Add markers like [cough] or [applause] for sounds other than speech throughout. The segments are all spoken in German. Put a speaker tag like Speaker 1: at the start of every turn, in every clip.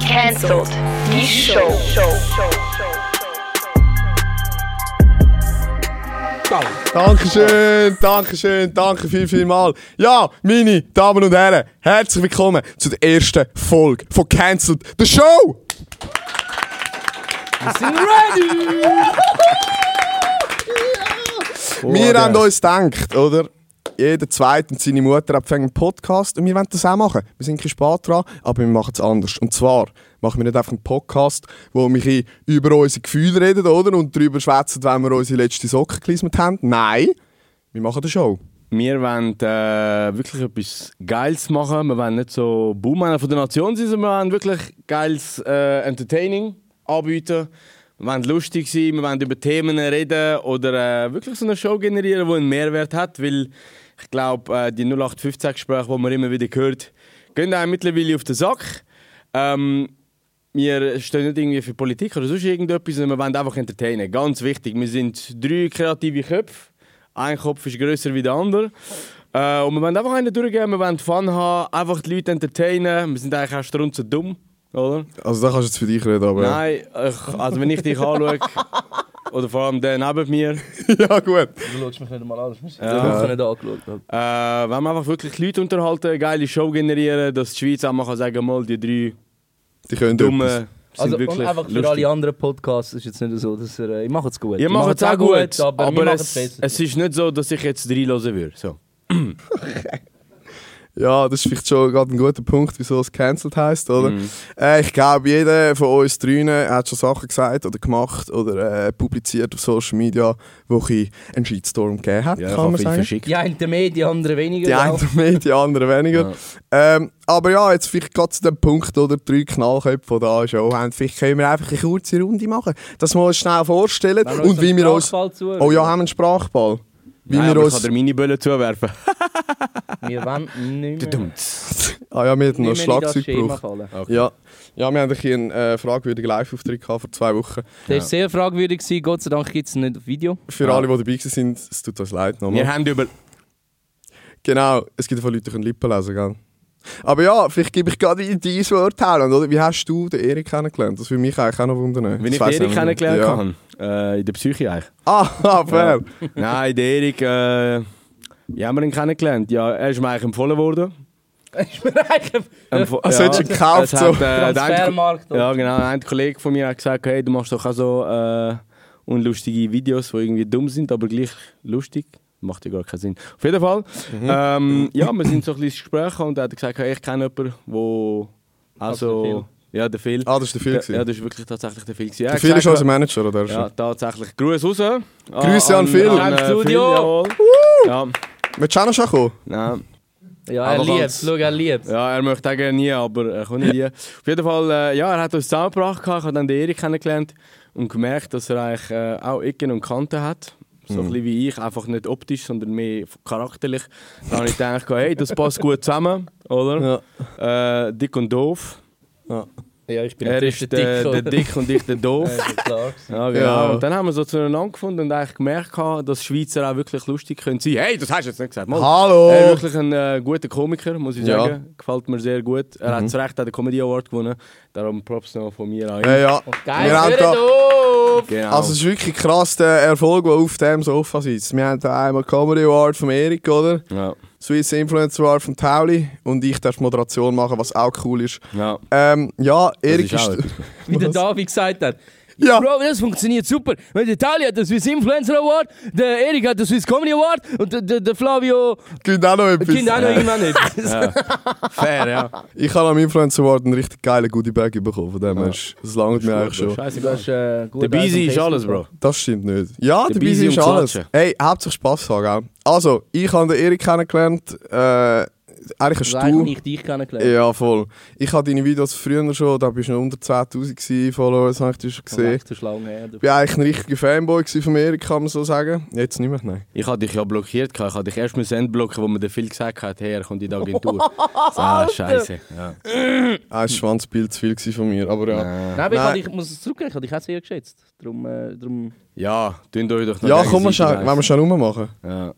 Speaker 1: Cancelled. Die Show.
Speaker 2: Dankeschön, Dankeschön, danke viel, viel mal. Ja, meine Damen und Herren, herzlich willkommen zu der ersten Folge von Cancelled the Show!
Speaker 3: Wir sind ready!
Speaker 2: wir haben uns gedacht, oder? Jeder Zweite und seine Mutter empfängt einen Podcast und wir wollen das auch machen. Wir sind kein spät dran, aber wir machen es anders. Und zwar machen wir nicht einfach einen Podcast, wo wir ein bisschen über unsere Gefühle reden oder? und darüber schwätzen, wenn wir unsere letzte Socke gelismet haben. Nein, wir machen eine Show.
Speaker 3: Wir wollen äh, wirklich etwas Geiles machen. Wir wollen nicht so Buhmänner von der Nation sein, sondern wir wollen wirklich geiles äh, Entertaining anbieten. Wir wollen lustig sein, wir wollen über Themen reden oder äh, wirklich so eine Show generieren, die einen Mehrwert hat. Weil ich glaube, äh, die 0815-Gespräche, die man immer wieder hört, gehen einem mittlerweile auf den Sack. Ähm, wir stehen nicht irgendwie für Politik oder sonst irgendetwas, sondern wir wollen einfach entertainen. Ganz wichtig, wir sind drei kreative Köpfe. Ein Kopf ist grösser wie der andere. Äh, und wir wollen einfach einen durchgehen, wir wollen Fun haben, einfach die Leute entertainen. Wir sind eigentlich auch strunzen dumm, oder?
Speaker 2: Also da kannst du jetzt für dich reden, aber...
Speaker 3: Nein, ich, also wenn ich
Speaker 2: [laughs]
Speaker 3: dich anschaue, oder vor allem der neben mir, äh,
Speaker 2: ja gut.
Speaker 4: Du schaust mich nicht mal an, das ist ja. Woche nicht angeschaut.
Speaker 3: wollen Äh, wir einfach wirklich Leute unterhalten, eine geile Show generieren, dass die Schweiz auch mal kann sagen mal die drei
Speaker 2: Die können etwas.
Speaker 3: Dummen sind
Speaker 4: Also und
Speaker 3: wirklich
Speaker 4: einfach für
Speaker 3: lustig.
Speaker 4: alle anderen Podcasts ist jetzt nicht so, dass er... Ich mache es gut.
Speaker 3: Ihr
Speaker 4: Ich
Speaker 3: macht
Speaker 4: mache
Speaker 3: es auch gut, aber,
Speaker 4: aber, wir machen es
Speaker 3: es,
Speaker 4: besser.
Speaker 3: es ist nicht so, dass ich jetzt reinhören würde. So.
Speaker 2: Ja, das ist vielleicht schon gerade ein guter Punkt, wieso es cancelled heisst, oder? Äh, ich glaube, jeder von uns drinnen hat schon Sachen gesagt oder gemacht oder äh, publiziert auf Social Media, wo ein einen Shitstorm gegeben hat, kann man sagen.
Speaker 3: verschickt.
Speaker 4: Die einen mehr, die anderen weniger.
Speaker 2: Die
Speaker 4: genau.
Speaker 2: einen mehr, die anderen weniger. Ähm, aber ja, jetzt vielleicht gerade zu dem Punkt, oder drei Knallköpfe, die da schon haben. Vielleicht können wir einfach eine kurze Runde machen, dass wir uns schnell vorstellen
Speaker 4: Wenn
Speaker 2: und wie
Speaker 4: einen
Speaker 2: wir uns...
Speaker 4: Sprachfall Zu,
Speaker 2: Oh ja, haben wir einen Sprachball. Wie
Speaker 3: Nein,
Speaker 2: wir
Speaker 3: aber ich
Speaker 2: uns...
Speaker 3: kann dir meine Bälle zuwerfen.
Speaker 4: Wir wollen nicht mehr,
Speaker 2: [laughs] Ah ja, wir hätten noch
Speaker 4: nicht mehr in das
Speaker 2: Schlagzeug
Speaker 4: Schema
Speaker 2: gebraucht.
Speaker 4: fallen.
Speaker 2: Ja. ja, wir haben hier einen äh, fragwürdigen Live-Auftritt gehabt vor zwei Wochen.
Speaker 4: Der war sehr fragwürdig, gewesen. Gott sei Dank gibt es nicht auf Video.
Speaker 2: Für
Speaker 3: Ah.
Speaker 2: alle, die dabei waren, sind, es tut uns leid nochmal.
Speaker 3: Wir haben über...
Speaker 2: Genau, es gibt von Leuten, die können Lippen lesen gell? Aber ja, vielleicht gebe ich gerade in dein Wort her, oder? Wie hast du den Erik kennengelernt? Das würde mich eigentlich auch noch wundern.
Speaker 3: Wenn
Speaker 2: Das
Speaker 3: ich
Speaker 2: weiss
Speaker 3: Erik
Speaker 2: auch nicht.
Speaker 3: kennengelernt
Speaker 2: ja.
Speaker 3: habe, äh, in der Psyche eigentlich.
Speaker 2: Ah, fair.
Speaker 3: Nein, der Erik, äh, wie haben wir ihn kennengelernt? Ja, er ist mir eigentlich empfohlen worden.
Speaker 4: [laughs] Ist mir eigentlich
Speaker 3: Empfo
Speaker 2: Also hättest du ihn gekauft,
Speaker 3: es hat,
Speaker 2: so.
Speaker 3: äh, der ein-
Speaker 4: Transfermarkt.
Speaker 3: ja, genau. Ein Kollege von mir hat gesagt, hey, du machst doch auch so äh, unlustige Videos, die irgendwie dumm sind, aber gleich lustig. Macht ja gar keinen Sinn. Auf jeden Fall,
Speaker 2: Mhm.
Speaker 3: ähm, ja, wir sind so ein bisschen ins Gespräch gekommen und er hat gesagt, hey, ich kenne jemanden, wo
Speaker 4: Also der
Speaker 3: also... Ja, der Phil.
Speaker 2: Ah, das war der Phil.
Speaker 3: Der- Ja,
Speaker 2: gewesen.
Speaker 3: das ist wirklich tatsächlich der Phil. gewesen. Er
Speaker 2: der
Speaker 3: hat
Speaker 2: Phil ist
Speaker 3: gesagt,
Speaker 2: unser Manager, oder?
Speaker 3: Ja, tatsächlich. Grüß raus. Grüße
Speaker 2: an Phil.
Speaker 4: Im
Speaker 3: äh,
Speaker 4: Studio.
Speaker 3: jawohl. Ja,
Speaker 2: Willst du auch noch schon kommen?
Speaker 3: nein.
Speaker 4: Ja, er
Speaker 3: Aber
Speaker 4: liebt
Speaker 3: ganz-
Speaker 4: es. Schau, er liebt es.
Speaker 3: ja, er möchte auch gerne nie, aber er kann nicht nie. Auf jeden Fall, äh, ja, er hat uns zusammengebracht. gehabt. Ich habe dann den Erik kennengelernt und gemerkt, dass er eigentlich äh, auch Ecken und Kanten hat.
Speaker 2: Mhm.
Speaker 3: So ein bisschen wie ich, einfach nicht optisch, sondern mehr charakterlich. Dann habe ich gedacht, hey, das passt gut zusammen, oder? Äh, dick und doof.
Speaker 4: Ja, ich bin
Speaker 3: Er ist der, der dick und ich der doof.
Speaker 4: Klar.
Speaker 3: Ja, genau.
Speaker 2: Ja.
Speaker 3: Und dann haben wir so zueinander gefunden und eigentlich gemerkt, gehabt, dass Schweizer auch wirklich lustig können sein. Hey, das hast du jetzt nicht gesagt. Mal.
Speaker 2: Hallo!
Speaker 3: Er ist wirklich ein äh, guter Komiker, muss ich
Speaker 2: Ja. Mhm.
Speaker 3: sagen. Gefällt mir sehr gut. Er hat zu Recht auch den Comedy Award gewonnen. Darum Props noch von mir an ihn.
Speaker 2: Ja, ja.
Speaker 4: Geil,
Speaker 2: Wir haben
Speaker 4: hör
Speaker 2: da-
Speaker 4: auf!
Speaker 3: Genau.
Speaker 2: Also es ist wirklich krass, der Erfolg, der auf dem Sofa sitzt. Wir haben da einmal Comedy Award von Erik, oder?
Speaker 3: ja.
Speaker 2: Swiss Influencer Award von Tauli. Und ich darf die Moderation machen, was auch cool ist.
Speaker 3: Ja.
Speaker 2: Ähm, ja, Erik
Speaker 3: ist
Speaker 2: ist...
Speaker 3: auch
Speaker 4: Wie der David gesagt hat.
Speaker 2: Ja.
Speaker 4: Bro, das funktioniert super. Weil der Tali hat den Swiss Influencer Award, der Erik hat den Swiss Comedy Award und der, der, der Flavio
Speaker 2: [laughs] Gibt auch noch etwas.
Speaker 4: kennt auch noch irgendwann nicht.
Speaker 2: [laughs]
Speaker 3: Fair, ja.
Speaker 2: Ich habe am Influencer Award einen richtig geilen Goodie Bag bekommen. Von dem her ist- Das langt mir eigentlich schon.
Speaker 3: Scheiße.
Speaker 4: äh, gut.
Speaker 3: Der
Speaker 2: also
Speaker 3: Beezy ist alles, also Bro.
Speaker 2: Das stimmt nicht. Ja,
Speaker 3: Dabei
Speaker 2: dabei
Speaker 3: sein
Speaker 2: ist
Speaker 3: und
Speaker 2: alles.
Speaker 3: klatschen.
Speaker 2: Hey, hauptsächlich Spass haben, gell? Also, ich habe den Erik kennengelernt. Äh, eigentlich hast du...
Speaker 4: ich dich kennengelernt.
Speaker 2: Ja, voll. Ich habe deine Videos früher schon, da bist du noch unter 10'000 gewesen, Followers, habe ich das schon gesehen.
Speaker 4: Echt, das ist lange her.
Speaker 2: Ich war eigentlich ein richtiger Fanboy gewesen von Erik, kann man so sagen. Jetzt nicht mehr, nein.
Speaker 3: Ich habe dich ja blockiert. gehabt. Ich habe dich erst mal entblocken, wo mir der Phil gesagt hat, hey, er kommt in die Agentur.
Speaker 2: [laughs]
Speaker 3: ah, Scheiße. Ja.
Speaker 2: Ein Ah, Schwanzbild zu viel gewesen von mir, aber ja.
Speaker 3: Äh,
Speaker 4: Nein, aber ich,
Speaker 2: Nein.
Speaker 4: hab dich, muss es zurückgeben, ich habe dich auch sehr geschätzt. Darum, äh, darum
Speaker 3: Ja, tun euch doch noch
Speaker 2: Ja, komm, wir
Speaker 3: gegenseitig
Speaker 2: schauen, wenn wir schon rummachen.
Speaker 3: Ja.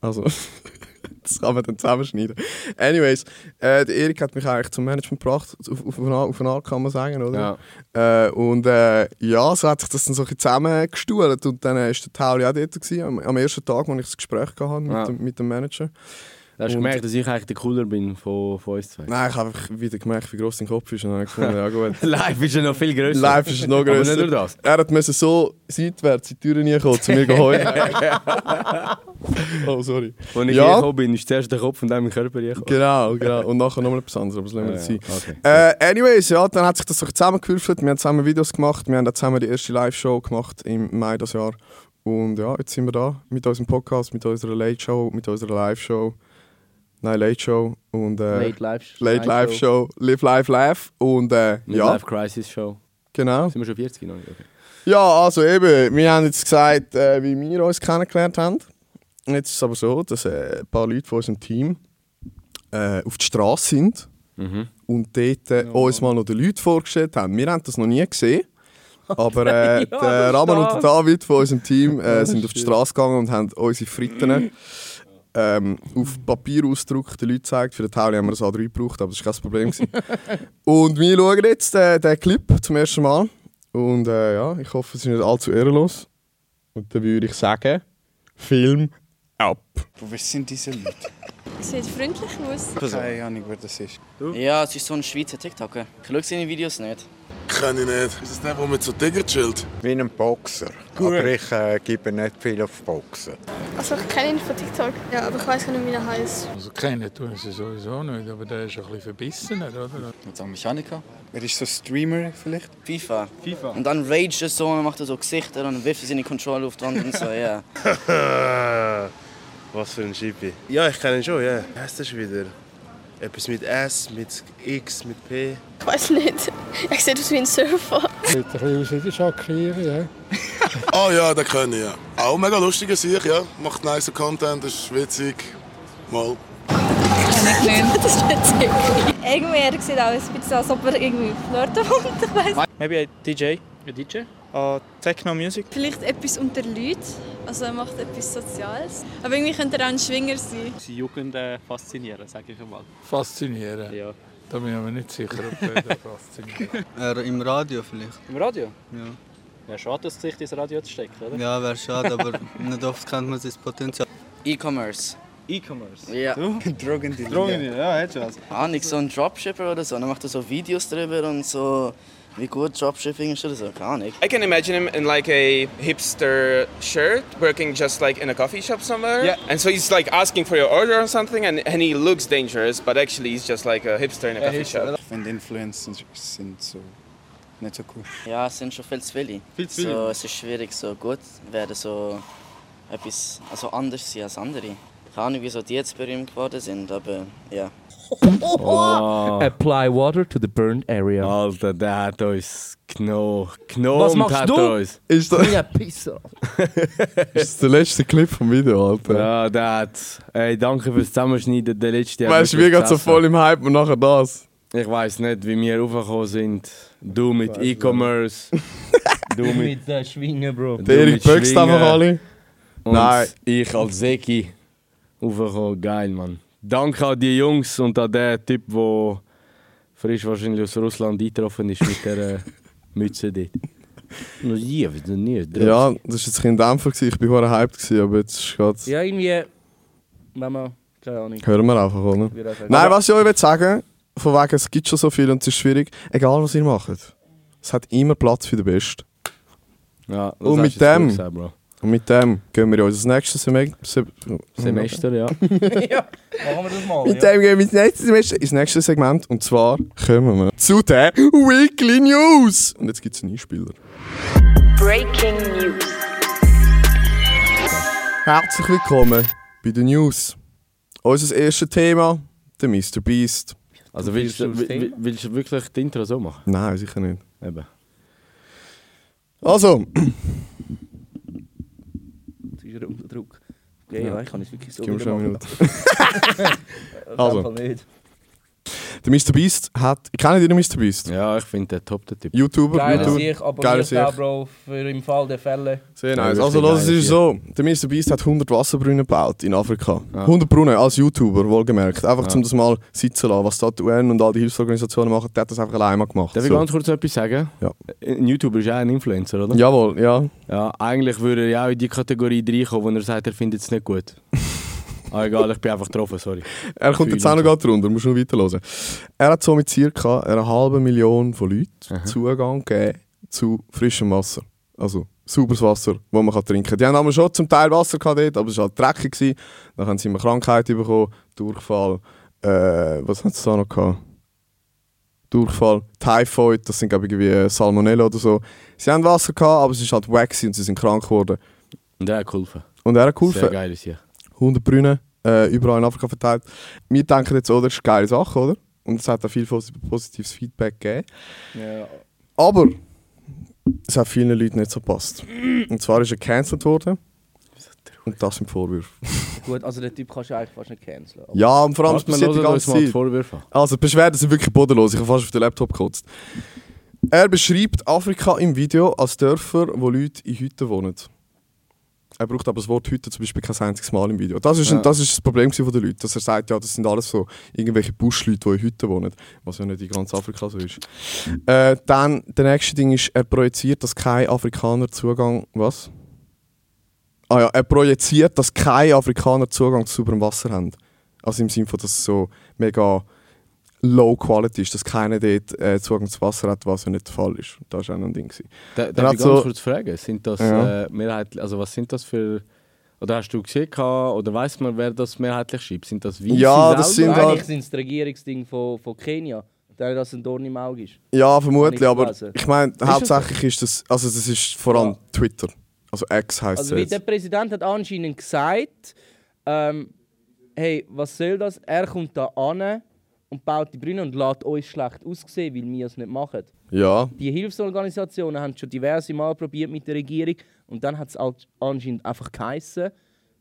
Speaker 2: Also. [laughs] das kann man dann zusammenschneiden. Anyways, äh, der Erik hat mich eigentlich zum Management gebracht, auf, auf, eine, Art- auf eine Art kann man sagen, oder? Äh, und äh, ja, so hat sich das dann so ein bisschen zusammengestuhlt und dann war der Tauli auch dort, gewesen, am, am ersten Tag, als ich das Gespräch hatte mit,
Speaker 3: Ja.
Speaker 2: dem, mit dem Manager.
Speaker 3: Da hast du gemerkt, dass ich eigentlich der Cooler bin von, von uns zwei.
Speaker 2: Nein, ich habe einfach wieder gemerkt, wie gross dein Kopf ist und dann habe ich gefunden, ja gut.
Speaker 3: [laughs] Live ist ja noch viel größer.
Speaker 2: Live ist es noch
Speaker 3: Aber
Speaker 2: grösser.
Speaker 3: nicht nur das.
Speaker 2: Er hat müssen so seitwärts in die Türen reinkommen, zu mir geheulen. oh, sorry.
Speaker 3: Als ich
Speaker 2: Ja.
Speaker 3: hier gekommen bin, ist zuerst der Kopf von deinem Körper hergekommen.
Speaker 2: Genau, genau. Und nachher nochmal etwas anderes, aber das lassen
Speaker 3: Ah,
Speaker 2: wir jetzt sein.
Speaker 3: okay.
Speaker 2: Äh, anyways, ja, dann hat sich das so zusammengewürfelt. Wir haben zusammen Videos gemacht, wir haben auch zusammen die erste Live-Show gemacht im Mai dieses Jahr. Und ja, jetzt sind wir da mit unserem Podcast, mit unserer Late-Show, mit unserer Live-Show. Nein, Late-Show und äh,
Speaker 4: Late Live.
Speaker 2: Late-Live-Show, Live, Live, Live. Und äh, ja,
Speaker 3: Live Crisis Show.
Speaker 2: genau.
Speaker 3: Sind wir schon 40 noch nicht? Okay.
Speaker 2: Ja, also eben, wir haben jetzt gesagt, äh, wie wir uns kennengelernt haben. Und jetzt ist es aber so, dass äh, ein paar Leute von unserem Team äh, auf die Straße sind und dort äh, uns mal noch die Leute vorgestellt haben. Wir haben das noch nie
Speaker 4: [laughs]
Speaker 2: gesehen. Aber äh,
Speaker 4: Ja,
Speaker 2: der
Speaker 4: das
Speaker 2: Ramon und der
Speaker 4: stimmt.
Speaker 2: David von
Speaker 4: [laughs]
Speaker 2: unserem Team äh, sind auf die Straße gegangen und haben unsere Fritten ähm, auf Papier ausgedruckt, den Leuten gezeigt. Für den Tauli haben wir das A3 gebraucht, aber das war kein
Speaker 4: [laughs]
Speaker 2: Problem. gewesen. und wir schauen jetzt äh, den Clip zum ersten Mal. Und äh, ja, ich hoffe, es ist nicht allzu ehrenlos. Und dann würde ich sagen, Film ab.
Speaker 5: Wo sind diese Leute?
Speaker 6: Sieht freundlich aus.
Speaker 5: Keine Ahnung, wer das ist.
Speaker 7: Ja, es ist so ein Schweizer TikToker. Ich schaue seine Videos nicht.
Speaker 8: Kann ich nicht. Ist es der, der mit so Tiger chillt?
Speaker 9: Wie ein Boxer. Aber ich äh, gebe nicht viel auf Boxen.
Speaker 6: Also ich kenne ihn von TikTok. Ja, aber ich weiß gar nicht, wie er heißt.
Speaker 10: Also kennen tun sie sowieso nicht, aber der ist ein bisschen verbissen, oder?
Speaker 7: Jetzt sagen Mechaniker.
Speaker 5: Er ist so Streamer vielleicht?
Speaker 7: FIFA. FIFA. Und dann rage es so und dann macht er so Gesichter und dann wirft er seine Controller auf die Wand und
Speaker 5: [laughs]
Speaker 7: so, ja.
Speaker 11: Was für ein Schippi. Ja, ich kenne ihn schon, ja. Wie heißt das wieder? Etwas mit S, mit X, mit P.
Speaker 6: Ich weiß nicht. [laughs] Er sieht aus wie ein Surfer.
Speaker 10: Sieht ein bisschen aus wie der Shakiri, ja.
Speaker 8: Ah ja, den kann ich, ja. Auch mega lustiger Sieg, ja. Macht nice Content, ist witzig. Mal.
Speaker 6: Irgendwie, er sieht auch ein bisschen als ob er irgendwie flirten kommt. Ich weiß
Speaker 7: Maybe a DJ.
Speaker 6: Vielleicht etwas unter Leuten. Also er macht etwas Soziales. Aber irgendwie könnte er auch ein Schwinger sein.
Speaker 10: Faszinierend. Ja. Da bin ich mir nicht sicher, ob der da fasziniert.
Speaker 5: Er im Radio vielleicht.
Speaker 7: Im Radio?
Speaker 5: Ja.
Speaker 7: Wäre schade, das Gesicht ins Radio zu stecken, oder?
Speaker 5: Ja, wäre schade, aber nicht oft kennt man sein Potenzial.
Speaker 7: E-Commerce.
Speaker 5: E-Commerce.
Speaker 7: Ja. [laughs]
Speaker 5: Drogendealer. Drogendealer, ja, hättest du was.
Speaker 7: Ah, nicht so ein Dropshipper oder so. Dann macht er so Videos drüber und so, wie gut Dropshipping ist oder so. Keine Ahnung.
Speaker 11: I can imagine him in like a hipster shirt, working just like in a coffee shop somewhere. Yeah. And so he's like asking for your order or something, and, and he looks dangerous, but actually he's just like a hipster in a coffee shop.
Speaker 5: Wenn die Influencer sind so... nicht so cool.
Speaker 7: Ja, es sind schon viel zu viele. Viel zu viele? So, es ist schwierig, so gut werden, so etwas also anders sein als andere. Keine Ahnung, wieso die jetzt berühmt geworden sind, aber
Speaker 5: [laughs]
Speaker 7: ja.
Speaker 4: Apply water to the burned area.
Speaker 3: Oh. Alter, der hat uns genommen. genommen
Speaker 4: Was machst
Speaker 3: hat
Speaker 4: du?
Speaker 3: Uns.
Speaker 2: Ist das,
Speaker 4: [laughs] Ja, Pisser.
Speaker 2: ist der letzte Clip vom Video, Alter?
Speaker 3: Ja, der hat. Ey, danke fürs Zusammenschneiden, der letzte. hat
Speaker 2: Weißt du, wir
Speaker 3: wirklich
Speaker 2: gehen so voll im Hype und nachher das.
Speaker 3: gesessen. Ich weiß nicht, wie wir raufgekommen sind. Du mit
Speaker 2: [laughs]
Speaker 3: E-Commerce. du mit.
Speaker 4: Mit den Schwingen, Bro.
Speaker 3: du
Speaker 2: Der Erik
Speaker 3: mit
Speaker 2: böxt
Speaker 3: Schwingen
Speaker 2: einfach alle.
Speaker 3: Und
Speaker 2: Nein.
Speaker 3: ich als Seki raufgekommen. Geil, Mann. Danke an die Jungs und an den Typ, der frisch wahrscheinlich aus Russland eingetroffen ist mit dieser [laughs] Mütze dort. Noch nie, noch nie.
Speaker 2: Ja, das war jetzt kein Dämpfer, gewesen. ich bin hoher hyped, gewesen, aber jetzt geht's.
Speaker 4: Ja, irgendwie. Wenn man. Keine Ahnung.
Speaker 2: Hören wir einfach, oder?
Speaker 4: wie das heißt.
Speaker 2: Nein, was ich euch will sagen von wegen, es gibt schon so viel und es ist schwierig, egal was ihr macht, es hat immer Platz für den Besten.
Speaker 3: Ja, das
Speaker 2: Und
Speaker 3: hast
Speaker 2: mit
Speaker 3: du jetzt
Speaker 2: dem?
Speaker 3: gut gesagt, Bro.
Speaker 2: Und mit dem gehen wir in unser nächstes Semester.
Speaker 3: Semester, ja.
Speaker 4: Machen wir das mal.
Speaker 2: Mit dem gehen wir ins nächste Semester, ins nächste Segment. Und zwar kommen wir zu den Weekly News. Und jetzt gibt es einen Einspieler.
Speaker 1: Breaking News.
Speaker 2: Herzlich willkommen bei den News. Unser erstes Thema, der Mr. Beast.
Speaker 3: Also willst du,
Speaker 4: Willst du das
Speaker 3: will- willst du wirklich die Intro so machen?
Speaker 2: Nein, sicher nicht.
Speaker 3: Eben.
Speaker 2: Also,
Speaker 4: Jetzt ist er unter Druck. Okay, ja. ich kann es wirklich so
Speaker 2: gib mir
Speaker 4: wieder
Speaker 2: schon eine
Speaker 4: [laughs] machen.
Speaker 2: Minute.
Speaker 4: Auf jeden
Speaker 2: Also.
Speaker 4: Fall nicht.
Speaker 2: Der Mr. Beast hat. Kennt ihr den Mr. Beast?
Speaker 3: Ja, ich finde den top, der Typ.
Speaker 2: YouTuber.
Speaker 4: Geiler
Speaker 2: YouTuber.
Speaker 4: Sieg,
Speaker 2: Geiler
Speaker 4: abonniert
Speaker 2: Sieg.
Speaker 4: da, Bro, für im Fall der Fälle.
Speaker 2: Sehr nice. Also, los, es ist so: Der Mr. Beast hat 100 Wasserbrunnen gebaut in Afrika. 100 Brunnen als YouTuber, wohlgemerkt. Einfach,
Speaker 3: Ja.
Speaker 2: um das mal sitzen zu lassen. Was da die UN und all die Hilfsorganisationen machen, der hat das einfach allein mal gemacht.
Speaker 3: Darf ich ganz kurz etwas sagen?
Speaker 2: Ja.
Speaker 3: Ein YouTuber ist ja ein Influencer, oder?
Speaker 2: Jawohl, ja.
Speaker 3: Ja, eigentlich würde er ja auch in die Kategorie reinkommen, wo er sagt, er findet es
Speaker 2: [laughs]
Speaker 3: nicht gut. ah, egal, ich bin einfach getroffen, sorry.
Speaker 2: Er kommt jetzt auch noch gerade runter, musst du noch weiterhören. Er hat somit circa eine halbe Million von Leuten Zugang gegeben zu frischem Wasser. Also sauberes Wasser, das man kann trinken kann. Die haben aber schon zum Teil Wasser gehabt dort, aber es war halt dreckig. Gewesen. Dann haben sie immer Krankheiten bekommen, Durchfall, äh, was haben sie da noch gehabt? Durchfall, Typhoid, das sind glaube ich irgendwie äh, Salmonella oder so. Sie haben Wasser gehabt, aber es ist halt waxy und sie sind krank geworden.
Speaker 3: Und er hat geholfen.
Speaker 2: Und er hat geholfen.
Speaker 3: Sehr geil ist hier.
Speaker 2: 100 Brunnen äh, überall in Afrika verteilt. Wir denken jetzt, oder, das ist eine geile Sache, oder? Und es hat auch viel posi- positives Feedback gegeben.
Speaker 3: Ja.
Speaker 2: Aber es hat vielen Leuten nicht so gepasst. Und zwar ist er gecancelt worden. Und das sind Vorwürfe.
Speaker 4: Gut, also den Typ kannst du eigentlich fast nicht canceln. aber-
Speaker 2: Ja, und vor allem es
Speaker 3: Warte, wir
Speaker 2: passiert die
Speaker 3: hören uns
Speaker 2: ganze
Speaker 3: mal die
Speaker 2: Zeit.
Speaker 3: Vorwürfe an.
Speaker 2: Also, die Beschwerden sind wirklich bodenlos. Ich habe fast auf den Laptop gekotzt. Er beschreibt Afrika im Video als Dörfer, wo Leute in Hütten wohnen. Er braucht aber das Wort Hütte zum Beispiel kein einziges Mal im Video. Das ist,
Speaker 3: Ja.
Speaker 2: das ist das Problem gewesen von den Leuten, dass er sagt, ja, das sind alles so irgendwelche Buschleute, die in Hütten wohnen. Was ja nicht in ganz Afrika so ist. Äh, dann, der nächste Ding ist, er projiziert, dass kein Afrikaner Zugang... Was? Ah ja, er projiziert, dass kein Afrikaner Zugang zu sauberem Wasser haben. Also im Sinne von, dass es so mega low quality ist, dass keiner dort äh, Zugang zu Wasser hat, was ja nicht der Fall ist. Das war auch noch ein Ding. gewesen.
Speaker 3: Da,
Speaker 2: Dann
Speaker 3: darf
Speaker 2: hat
Speaker 3: ich ganz
Speaker 2: so-
Speaker 3: kurz fragen, sind das
Speaker 2: Ja.
Speaker 3: äh, mehrheitlich, also was sind das für, oder hast du gesehen gehabt, oder weiß man, wer das mehrheitlich schreibt? Sind das Weiße
Speaker 2: Ja, das
Speaker 3: selber?
Speaker 2: sind halt-
Speaker 4: Eigentlich sind es das Regierungsding von, von Kenia, der das ein Dorn im Auge ist.
Speaker 2: Ja,
Speaker 4: Habe
Speaker 2: vermutlich,
Speaker 4: ich
Speaker 2: aber
Speaker 4: gelesen.
Speaker 2: ich meine,
Speaker 4: das
Speaker 2: hauptsächlich ist das, also das ist vor allem Twitter. Also X heisst
Speaker 4: Also wie
Speaker 2: es
Speaker 4: der
Speaker 2: jetzt.
Speaker 4: Präsident hat anscheinend gesagt, ähm, hey, was soll das? Er kommt da an und baut die Brünnen und lässt uns schlecht aussehen, weil wir es nicht machen.
Speaker 2: Ja.
Speaker 4: Die Hilfsorganisationen haben schon diverse Mal probiert mit der Regierung und dann hat es halt anscheinend einfach geheissen,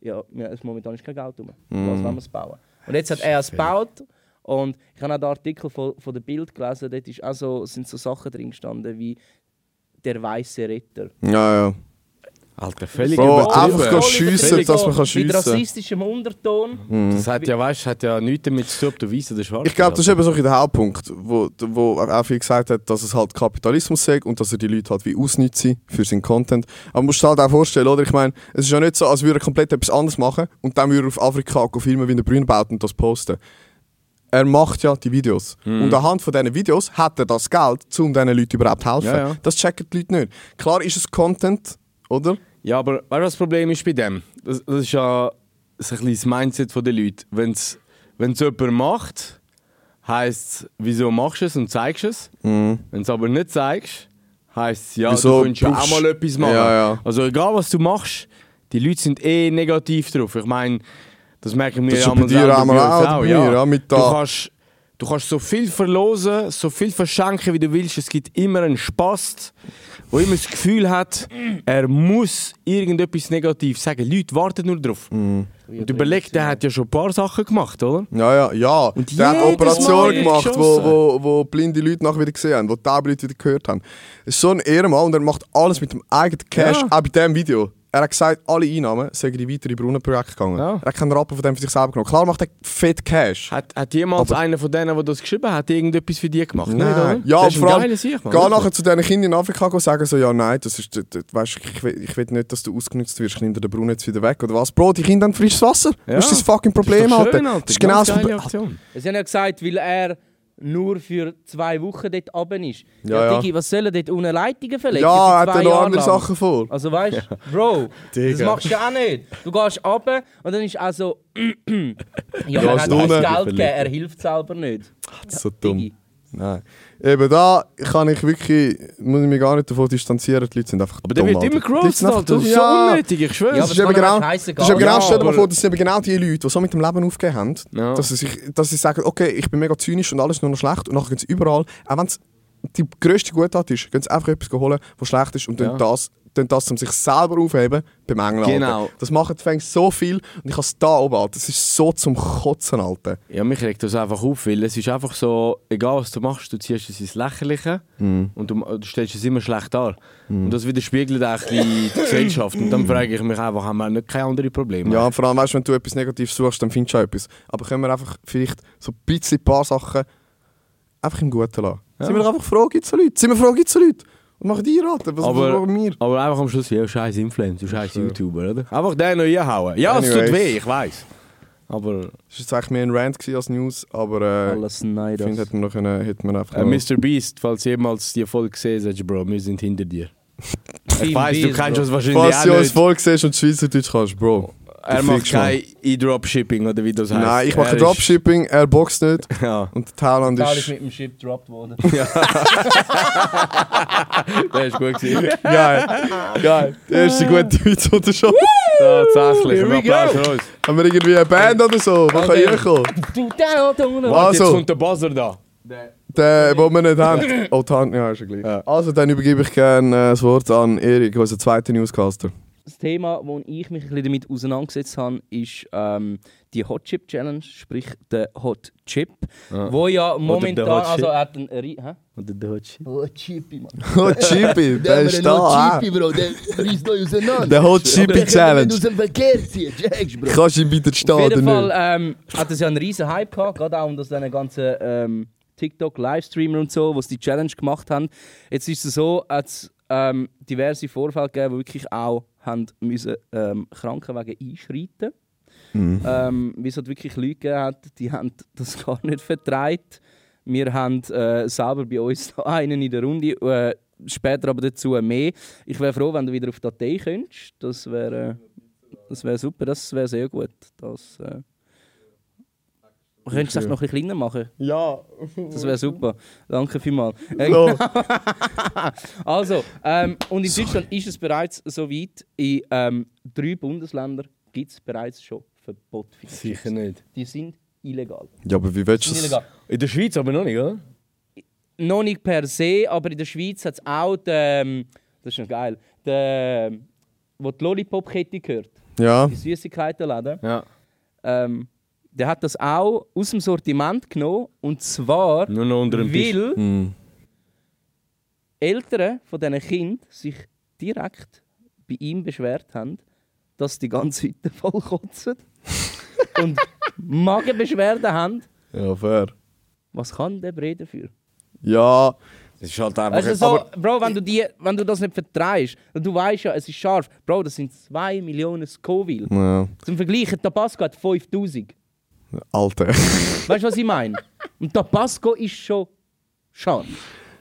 Speaker 4: ja, wir- es momentan ist kein Geld rum.
Speaker 12: Mm.
Speaker 4: Was wollen wir es bauen? Und jetzt hat er es gebaut und ich habe auch den Artikel von, von der Bild gelesen, dort ist auch so, sind so Sachen drin gestanden wie der weiße Ritter.
Speaker 2: Ja, ja.
Speaker 3: Alter, völlig
Speaker 2: Bro,
Speaker 3: übertrieben.
Speaker 2: einfach schiessen, dass man kann
Speaker 4: Mit
Speaker 2: schiessen Hm.
Speaker 4: rassistischem Unterton.
Speaker 3: Das hat ja, weißt, hat ja nichts damit zu tun, ob du weiss oder schwarz
Speaker 2: Ich glaube, das ist eben so ein bisschen der Hauptpunkt, wo, wo er auch viel gesagt hat, dass es halt Kapitalismus sei und dass er die Leute halt wie ausnützen für seinen Content. Aber man muss sich halt auch vorstellen, oder? Ich meine, es ist ja nicht so, als würde er komplett etwas anderes machen und dann würde er auf Afrika gehen filmen, wie er Brünnen baut und das posten. Er macht ja die Videos.
Speaker 3: Mhm.
Speaker 2: Und anhand von diesen Videos hat er das Geld, um diesen Leuten überhaupt zu helfen.
Speaker 3: Ja, ja.
Speaker 2: Das checken die Leute nicht. Klar ist es Content, oder?
Speaker 3: Ja, aber weißt du, was das Problem ist bei dem? Das, das ist ja so ein bisschen das Mindset der Leute. Wenn es jemand macht, heisst es, wieso machst du es und zeigst es?
Speaker 2: Mhm.
Speaker 3: Wenn du es aber nicht zeigst, heisst es, ja,
Speaker 2: Wieso
Speaker 3: du könntest ja auch
Speaker 2: brauchst-
Speaker 3: mal etwas machen.
Speaker 2: Ja, ja.
Speaker 3: Also egal, was du machst, die Leute sind eh negativ drauf. Ich meine, das merken wir
Speaker 2: Das ist
Speaker 3: ja
Speaker 2: bei dir
Speaker 3: selber
Speaker 2: auch mal
Speaker 3: bei uns
Speaker 2: auch, bei mir, ja, mit
Speaker 3: du,
Speaker 2: da-
Speaker 3: kannst, du kannst so viel verlosen, so viel verschenken, wie du willst. Es gibt immer einen Spast, der immer das Gefühl hat, er muss irgendetwas Negatives sagen. Leute warten nur drauf.
Speaker 2: Mhm.
Speaker 3: Und überleg, der hat ja schon ein paar Sachen gemacht, oder?
Speaker 2: Ja, ja, ja.
Speaker 3: Und
Speaker 2: Der hat
Speaker 3: jedes Mal
Speaker 2: Operationen gemacht, wo,
Speaker 3: geschossen.
Speaker 2: wo, wo blinde Leute nachher wieder gesehen haben, wo taube Leute wieder gehört haben. Es ist so ein Ehrenmann und er macht alles mit dem eigenen Cash,
Speaker 3: Ja.
Speaker 2: auch bei diesem Video. Er hat gesagt, alle Einnahmen sind in weitere Brunnenprojekte gegangen. Er hat keinen Rappen von dem für sich selber genommen. Klar macht er fett Cash.
Speaker 3: Hat, hat jemals einer von denen, der das geschrieben hat, irgendetwas für dich gemacht? Nein, oder?
Speaker 2: Ja,
Speaker 3: Das
Speaker 2: aber
Speaker 3: ist ein
Speaker 2: vor allem,
Speaker 3: geiler Sieg, Mann.
Speaker 2: geh nachher zu diesen Kindern in Afrika und sagen so, ja nein, das ist, das, das, weißt, du, ich, will, ich will nicht, dass du ausgenutzt wirst, ich nehme den Brunnen jetzt wieder weg oder was. Bro, die Kinder haben frisches Wasser.
Speaker 4: Ja.
Speaker 2: Das ist das dus fucking
Speaker 4: Das ist
Speaker 2: Problem,
Speaker 4: doch schön,
Speaker 2: Alter.
Speaker 4: Alter.
Speaker 2: Das ist genau
Speaker 4: Ganz
Speaker 2: das
Speaker 4: geile
Speaker 2: Problem.
Speaker 4: Sie haben ja gesagt, weil er nur für zwei Wochen dort oben ist.
Speaker 2: Ja,
Speaker 4: Ja,
Speaker 2: ja.
Speaker 4: Digi, was sollen dort unten Leitungen verlegen?
Speaker 2: Ja,
Speaker 4: für
Speaker 2: hat
Speaker 4: zwei
Speaker 2: er noch
Speaker 4: Jahre
Speaker 2: andere
Speaker 4: lang?
Speaker 2: Sachen vor?
Speaker 4: Also weißt du,
Speaker 2: [laughs]
Speaker 4: Bro, das
Speaker 2: Digga.
Speaker 4: machst du auch nicht. Du gehst runter und dann ist auch
Speaker 2: [clears throat]
Speaker 4: so, ja, er
Speaker 2: Gehst
Speaker 4: hat
Speaker 2: unten.
Speaker 4: uns Geld gegeben, er hilft selber nicht.
Speaker 2: So dumm. Nein. Eben da kann ich wirklich, muss ich mich gar nicht davon distanzieren, die Leute sind einfach
Speaker 3: Aber der
Speaker 2: dumm,
Speaker 3: wird immer
Speaker 2: Alter. Die Leute
Speaker 3: gross,
Speaker 2: sind einfach
Speaker 3: Alter.
Speaker 2: dumm.
Speaker 3: Das ist so unnötig, ich schwör's. Ja, aber
Speaker 2: das
Speaker 3: das
Speaker 2: ist eben
Speaker 3: kann
Speaker 2: genau,
Speaker 3: doch
Speaker 2: das ist
Speaker 3: heissen,
Speaker 2: eben
Speaker 3: gar
Speaker 2: genau,
Speaker 3: nicht.
Speaker 2: stell dir mal
Speaker 3: Aber-
Speaker 2: vor, das sind eben genau die Leute, die so mit dem Leben aufgegeben haben, dass, sie sich, dass sie sagen, okay, ich bin mega zynisch und alles nur noch schlecht und nachher gehen sie überall, auch wenn es die grösste Guttat ist, gehen sie einfach etwas holen, was schlecht ist und
Speaker 3: Ja.
Speaker 2: dann das tun das, um sich selber aufheben, bemängeln. Alter.
Speaker 3: Genau.
Speaker 2: Das machen die Fans so viel und ich habe es da oben, Alter. Das ist so zum Kotzen, Alter.
Speaker 3: Ja, mich regt das einfach auf, weil es ist einfach so, egal was du machst, du ziehst es ins Lächerliche
Speaker 2: Mhm.
Speaker 3: und du, du stellst es immer schlecht dar.
Speaker 2: Mhm.
Speaker 3: Und das widerspiegelt auch ein bisschen
Speaker 2: [coughs]
Speaker 3: die Gesellschaft. Und dann frage ich mich einfach, haben wir nicht keine anderen Probleme?
Speaker 2: Ja, vor allem, weißt, du, wenn du etwas Negatives suchst, dann findest du auch etwas. Aber können wir einfach vielleicht so ein bisschen ein paar Sachen einfach im Guten lassen?
Speaker 3: Ja.
Speaker 2: Sind wir doch einfach froh, gibt es Leute? Sind wir froh, gibt es Leute? Und machen die Raten? Was
Speaker 3: aber,
Speaker 2: warum wir?
Speaker 3: aber einfach am Schluss, ja, scheiß Influencer, scheiß YouTuber, oder? Einfach den noch reinhauen. Ja, es tut
Speaker 2: Anyways.
Speaker 3: weh, ich weiß. Aber äh,
Speaker 2: Es war jetzt eigentlich mehr ein Rant gewesen als News, aber äh,
Speaker 4: Alles Neiders.
Speaker 2: ich finde, hätten wir noch können, hätten wir einfach
Speaker 3: äh,
Speaker 2: noch-
Speaker 3: Mr. Beast, falls du jemals die Folge gesehen hast, Bro, wir sind
Speaker 2: [laughs]
Speaker 3: hinter dir. ich
Speaker 4: Team
Speaker 3: weiß, du
Speaker 4: Beast,
Speaker 3: kennst
Speaker 4: Bro.
Speaker 3: uns wahrscheinlich
Speaker 2: Falls du
Speaker 3: auch
Speaker 2: uns
Speaker 3: nicht.
Speaker 2: voll siehst und Schweizerdeutsch kannst, Bro.
Speaker 3: Er
Speaker 2: du
Speaker 3: macht
Speaker 2: fickst mal.
Speaker 3: kein E-Dropshipping oder wie das heißt.
Speaker 2: Nein, ich
Speaker 3: Er
Speaker 2: mache
Speaker 3: ist-
Speaker 2: Dropshipping, er boxt nicht.
Speaker 3: Ja,
Speaker 2: Und Thailand
Speaker 4: Tal ist
Speaker 2: ist
Speaker 4: mit dem Chip gedroppt worden.
Speaker 3: der ist gut gewesen. [laughs]
Speaker 2: geil. geil. Der erste gute Witz, den du schon
Speaker 3: Tatsächlich,
Speaker 2: Here
Speaker 3: ein
Speaker 2: we
Speaker 3: Applaus
Speaker 2: go.
Speaker 3: für uns.
Speaker 2: Haben wir irgendwie eine Band oder so? Was kann hier kommen?
Speaker 4: Du, da, da unten.
Speaker 2: Was?
Speaker 3: Also Jetzt
Speaker 2: Also.
Speaker 3: kommt der Buzzer da.
Speaker 2: Den, den wir nicht haben. Oh, die Hand, ja, ist ja gleich.
Speaker 3: Ja.
Speaker 2: Also, dann übergebe ich gerne äh, das Wort an Erik, unseren zweiten [laughs] Newscaster.
Speaker 4: Das Thema, wo ich mich ein bisschen damit auseinandergesetzt habe, ist ähm, die Hot Chip Challenge, sprich der Hot Chip, wo ja momentan,
Speaker 3: Ah. Hot
Speaker 4: also
Speaker 3: Chip.
Speaker 4: er hat einen Rie- hä?
Speaker 3: Oder der Hotchi.
Speaker 4: Hot Chippy, Mann.
Speaker 2: Hot Chippy, der ist da. hä?
Speaker 4: Bro, der reißt euch auseinander.
Speaker 2: Der Hot Chippy Challenge.
Speaker 4: dem Verkehr ziehst, checkst, Bro.
Speaker 2: Kannst du ihn wieder stehen
Speaker 4: Auf jeden
Speaker 2: oder
Speaker 4: Fall
Speaker 2: nicht?
Speaker 4: ähm, hat es ja einen riesen Hype gehabt, gerade auch um unter diesen ganzen ähm, TikTok-Livestreamer und so, die die Challenge gemacht haben. Jetzt ist es so, als ähm, diverse Vorfälle gegeben, die wirklich auch haben müssen, ähm, Kranken wegen einschreiten
Speaker 2: Mhm.
Speaker 4: ähm, wie es halt wirklich Leute gegeben hat, die haben das [laughs] gar nicht vertreibt. Wir haben äh, selber bei uns noch einen in der Runde, äh, später aber dazu mehr. Ich wäre froh, wenn du wieder auf die Datei könntest. Das wäre äh, das wäre super, das wäre sehr gut. Das, äh, Könntest du das noch ein bisschen kleiner machen?
Speaker 2: Ja.
Speaker 4: Das wäre super. Danke vielmals. Äh,
Speaker 2: So.
Speaker 4: [laughs] also, ähm, und in Deutschland ist es bereits so weit, in ähm, drei Bundesländern gibt es bereits schon Verbot für Chips.
Speaker 3: Sicher nicht.
Speaker 4: Die sind illegal.
Speaker 2: Ja, aber wie
Speaker 4: Die
Speaker 2: willst
Speaker 4: sind
Speaker 2: du
Speaker 4: illegal.
Speaker 2: das?
Speaker 3: In der Schweiz aber noch nicht, oder?
Speaker 4: Noch nicht per se, aber in der Schweiz hat es auch den, das ist noch geil, den, wo die Lollipop-Kette gehört,
Speaker 2: Ja.
Speaker 4: die Süßigkeitenladen,
Speaker 3: Ja.
Speaker 4: ähm, der hat das auch aus dem Sortiment genommen und zwar,
Speaker 3: Nur noch unter dem Tisch. Hm.
Speaker 4: weil
Speaker 2: Mhm.
Speaker 4: Eltern von diesen Kindern sich direkt bei ihm beschwert haben, dass die ganze Hütte voll
Speaker 3: [laughs]
Speaker 4: kotzen und Magenbeschwerden haben.
Speaker 2: Ja, fair.
Speaker 4: Was kann der Brei dafür?
Speaker 2: Ja.
Speaker 3: Das ist halt einfach.
Speaker 4: Also so, Bro, wenn du, die, wenn du das nicht vertreibst, du weißt ja, es ist scharf. Bro, das sind 2 Millionen Scoville.
Speaker 2: ja.
Speaker 4: Zum Vergleich, ein Tabasco hat 5000.
Speaker 2: Alter.
Speaker 4: Weißt du, was ich meine? Und Tabasco ist schon scharf.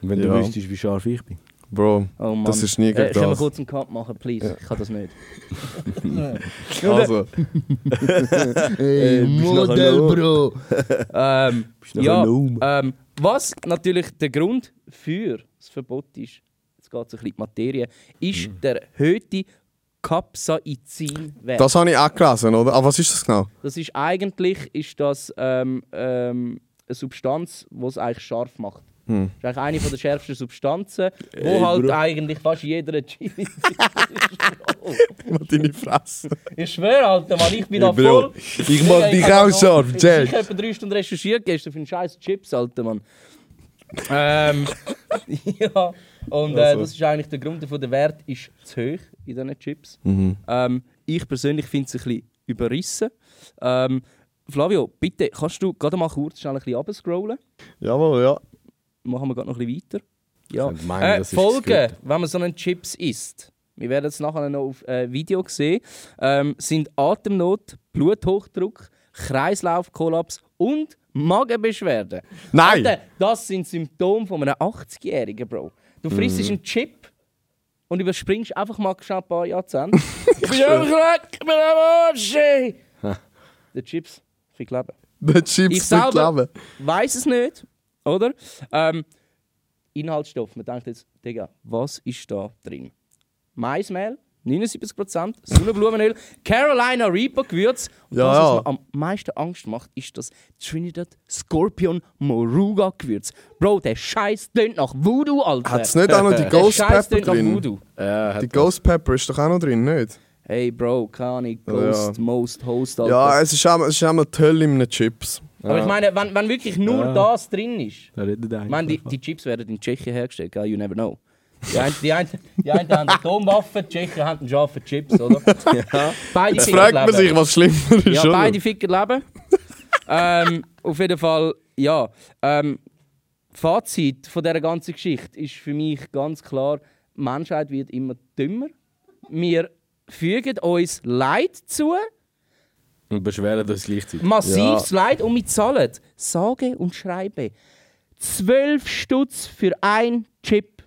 Speaker 3: Wenn
Speaker 2: Ja.
Speaker 3: du wüsstest, wie scharf ich bin.
Speaker 2: Bro, dus
Speaker 4: Oh Mann.
Speaker 2: das ist nie
Speaker 4: äh,
Speaker 2: gegen
Speaker 4: Können wir
Speaker 2: das. [laughs]
Speaker 4: kurz einen Cut machen, please? Ich kann das nicht.
Speaker 2: Also,
Speaker 4: Ey,
Speaker 3: Model,
Speaker 4: Bro! ähm,
Speaker 3: noch
Speaker 4: ja,
Speaker 3: ein Gnome.
Speaker 4: ähm, was natürlich der Grund für das Verbot ist, jetzt geht es ein bisschen in die Materie, ist
Speaker 2: Mhm.
Speaker 4: der erhöhte Capsaicin-Wert.
Speaker 2: das habe ich auch gelesen, oder? Aber was ist das [laughs] genau?
Speaker 4: Das ist eigentlich ist das, ähm, ähm, eine Substanz, die es eigentlich scharf macht.
Speaker 2: Hm.
Speaker 4: Das ist eigentlich eine von der schärfsten Substanzen, wo
Speaker 3: Ey,
Speaker 4: halt
Speaker 3: Bro.
Speaker 4: eigentlich fast jeder ein Chili
Speaker 2: Mal deine Fresse.
Speaker 4: [laughs] Ich schwöre, Alter, Mann, ich bin da
Speaker 2: Bro,
Speaker 4: voll.
Speaker 2: ich mach dich
Speaker 4: hab
Speaker 2: auch
Speaker 4: noch-
Speaker 2: scharf,
Speaker 4: Ich
Speaker 2: Jack.
Speaker 4: habe drei Stunden recherchiert gestern für einen scheiß Chips, Alter, Mann. ähm. [laughs] ja. Und äh, das ist eigentlich der Grund dafür, der Wert ist zu hoch in diesen Chips. Ähm, ich persönlich finde es ein bisschen überrissen. Ähm, Flavio, bitte, kannst du gerade mal kurz schnell ein bisschen runterscrollen?
Speaker 2: Jawohl, ja.
Speaker 4: machen wir gerade noch ein bisschen weiter. Ja.
Speaker 3: könnte meinen,
Speaker 4: äh,
Speaker 3: das ist das
Speaker 4: Folgen,
Speaker 3: Gute.
Speaker 4: wenn man so einen Chips isst, wir werden es nachher noch auf äh, Video sehen, ähm, sind Atemnot, Bluthochdruck, Kreislaufkollaps und Magenbeschwerden.
Speaker 2: Nein!
Speaker 4: Alter, das sind Symptome von einem 80-Jährigen, Bro. Du
Speaker 3: Mhm.
Speaker 4: frisst einen Chip und überspringst einfach mal schnell ein paar
Speaker 3: [laughs]
Speaker 4: Jahrzehnte. ich bin am Krack, ich bin am Arsch! ey. Der Chips, viel Leben.
Speaker 2: Der Chips
Speaker 4: Ich
Speaker 2: ich
Speaker 4: selber-
Speaker 2: Leben.
Speaker 4: weiß es nicht, oder? Ähm, Inhaltsstoff. Man denkt jetzt, Digga, was ist da drin? Maismehl, 79%, Sonnenblumenöl, Carolina Reaper Gewürz. Und
Speaker 2: Ja,
Speaker 4: das, was
Speaker 2: ja.
Speaker 4: mir am meisten Angst macht, ist das Trinidad Scorpion Moruga Gewürz. Bro, der Scheiß tönt nach Voodoo, Alter.
Speaker 2: Hat's nicht auch noch
Speaker 4: [laughs]
Speaker 2: die Ghost
Speaker 4: Der Scheiß
Speaker 2: Pepper
Speaker 4: tönt nach
Speaker 2: drin?
Speaker 4: Voodoo.
Speaker 2: die Ghost Pepper ist doch auch noch drin, nicht?
Speaker 4: Hey, Bro, keine Ahnung,
Speaker 2: Ja,
Speaker 4: Ghost,
Speaker 2: ja.
Speaker 4: Most, Host, Alter.
Speaker 2: Ja, es ist auch, es ist auch mal die Hölle in einem Chips.
Speaker 4: Aber ich meine, wenn, wenn wirklich nur
Speaker 2: Ja.
Speaker 4: das drin ist.
Speaker 3: Da redet einer
Speaker 4: Ich meine, die, die Chips werden in Tschechien hergestellt, gell? you never know. Die
Speaker 2: [laughs]
Speaker 4: einen, die einen, die einen haben Atomwaffen, die Tschechen haben einen scharfen Chips,
Speaker 2: [laughs]
Speaker 4: oder? Ja. Beide
Speaker 2: Jetzt
Speaker 4: Ficker
Speaker 2: fragt man
Speaker 4: leben.
Speaker 2: sich, was schlimmer ist,
Speaker 4: Ja,
Speaker 2: oder?
Speaker 4: beide Ficker
Speaker 2: [laughs]
Speaker 4: leben. ähm, auf jeden Fall, ja. Ähm, Fazit von dieser ganzen Geschichte ist für mich ganz klar, die Menschheit wird immer dümmer. Wir fügen uns Leid zu,
Speaker 3: Und beschweren das gleichzeitig.
Speaker 4: massives Leid und wir zahlen, sage und schreibe, 12 Stutz für ein Chip.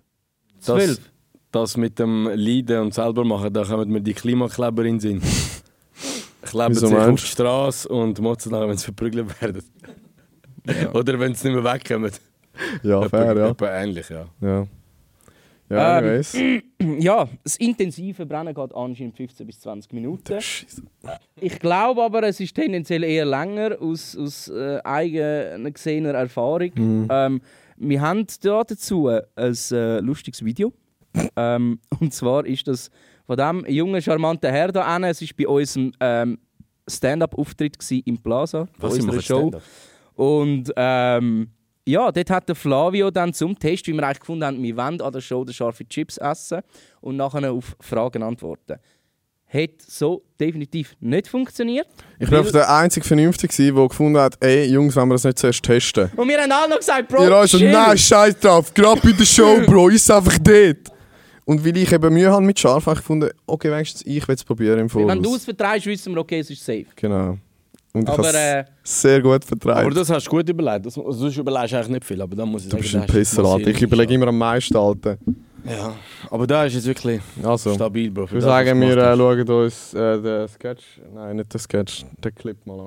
Speaker 3: Das,
Speaker 4: 12.
Speaker 3: das mit dem Leiden und selber machen, da kommen mir die Klimakleber
Speaker 4: [laughs]
Speaker 3: in den Sinn. Kleben
Speaker 2: Wieso
Speaker 3: sich auf
Speaker 2: meinst
Speaker 3: die Straße und motzen nachher, wenn sie verprügelt werden. Oder wenn sie nicht mehr wegkommen.
Speaker 2: Ja, fair, ja.
Speaker 3: Etwa ähnlich, ja.
Speaker 2: Ja. Ja,
Speaker 4: Ähm, [clears throat]
Speaker 2: anyways.
Speaker 4: Ja, das intensive Brennen geht anscheinend 15 bis 20 Minuten. Ich glaube aber, es ist tendenziell eher länger aus, aus äh, eigener gesehener Erfahrung.
Speaker 12: Mhm.
Speaker 4: Ähm, wir haben da dazu ein äh, lustiges
Speaker 3: [laughs]
Speaker 4: Video. ähm, und zwar ist das von dem jungen, charmanten Herr da hinten. Es war bei unserem ähm, Stand-up-Auftritt gewesen im Plaza, bei
Speaker 3: Was, ihr
Speaker 4: unserer
Speaker 3: macht
Speaker 4: Show.
Speaker 3: Stand-up?
Speaker 4: Und ähm, ja, dort hat der Flavio dann zum Test, wie wir eigentlich gefunden haben, wir wollen an der Show den scharfe Chips essen und nachher auf Fragen antworten. Hat so definitiv nicht funktioniert.
Speaker 2: Ich bin
Speaker 4: weil-
Speaker 2: einfach der einzige Vernünftige, gewesen, der gefunden hat, ey, Jungs, wenn wir das nicht zuerst testen.
Speaker 4: Und wir haben alle noch gesagt, Bro,
Speaker 2: Ihr also,
Speaker 4: chill.
Speaker 2: nein, scheiß drauf, gerade bei der Show, Bro, ist einfach dort. Und weil ich eben Mühe habe mit Scharf, habe ich gefunden, okay, wenigstens ich will es probieren im
Speaker 4: Weil Wenn du
Speaker 2: Voraus.
Speaker 4: es vertreibst, wissen wir, okay, es ist safe.
Speaker 2: Genau. Und ich
Speaker 4: Aber,
Speaker 2: habe es
Speaker 4: äh,
Speaker 2: sehr gut vertreibt.
Speaker 3: Aber das hast du gut überlegt. Das, sonst überlegst du eigentlich nicht viel, aber dann muss ich
Speaker 2: Du
Speaker 3: sagen,
Speaker 2: bist ein
Speaker 3: da hast
Speaker 2: Pisser, Alter. Ich überlege immer am meisten, Alter.
Speaker 3: Ja, aber da ist jetzt wirklich
Speaker 2: Also,
Speaker 3: stabil, Bro.
Speaker 2: Ich würde sagen, wir äh, schauen uns äh, den Sketch, nein, nicht den Sketch, den Clip mal an.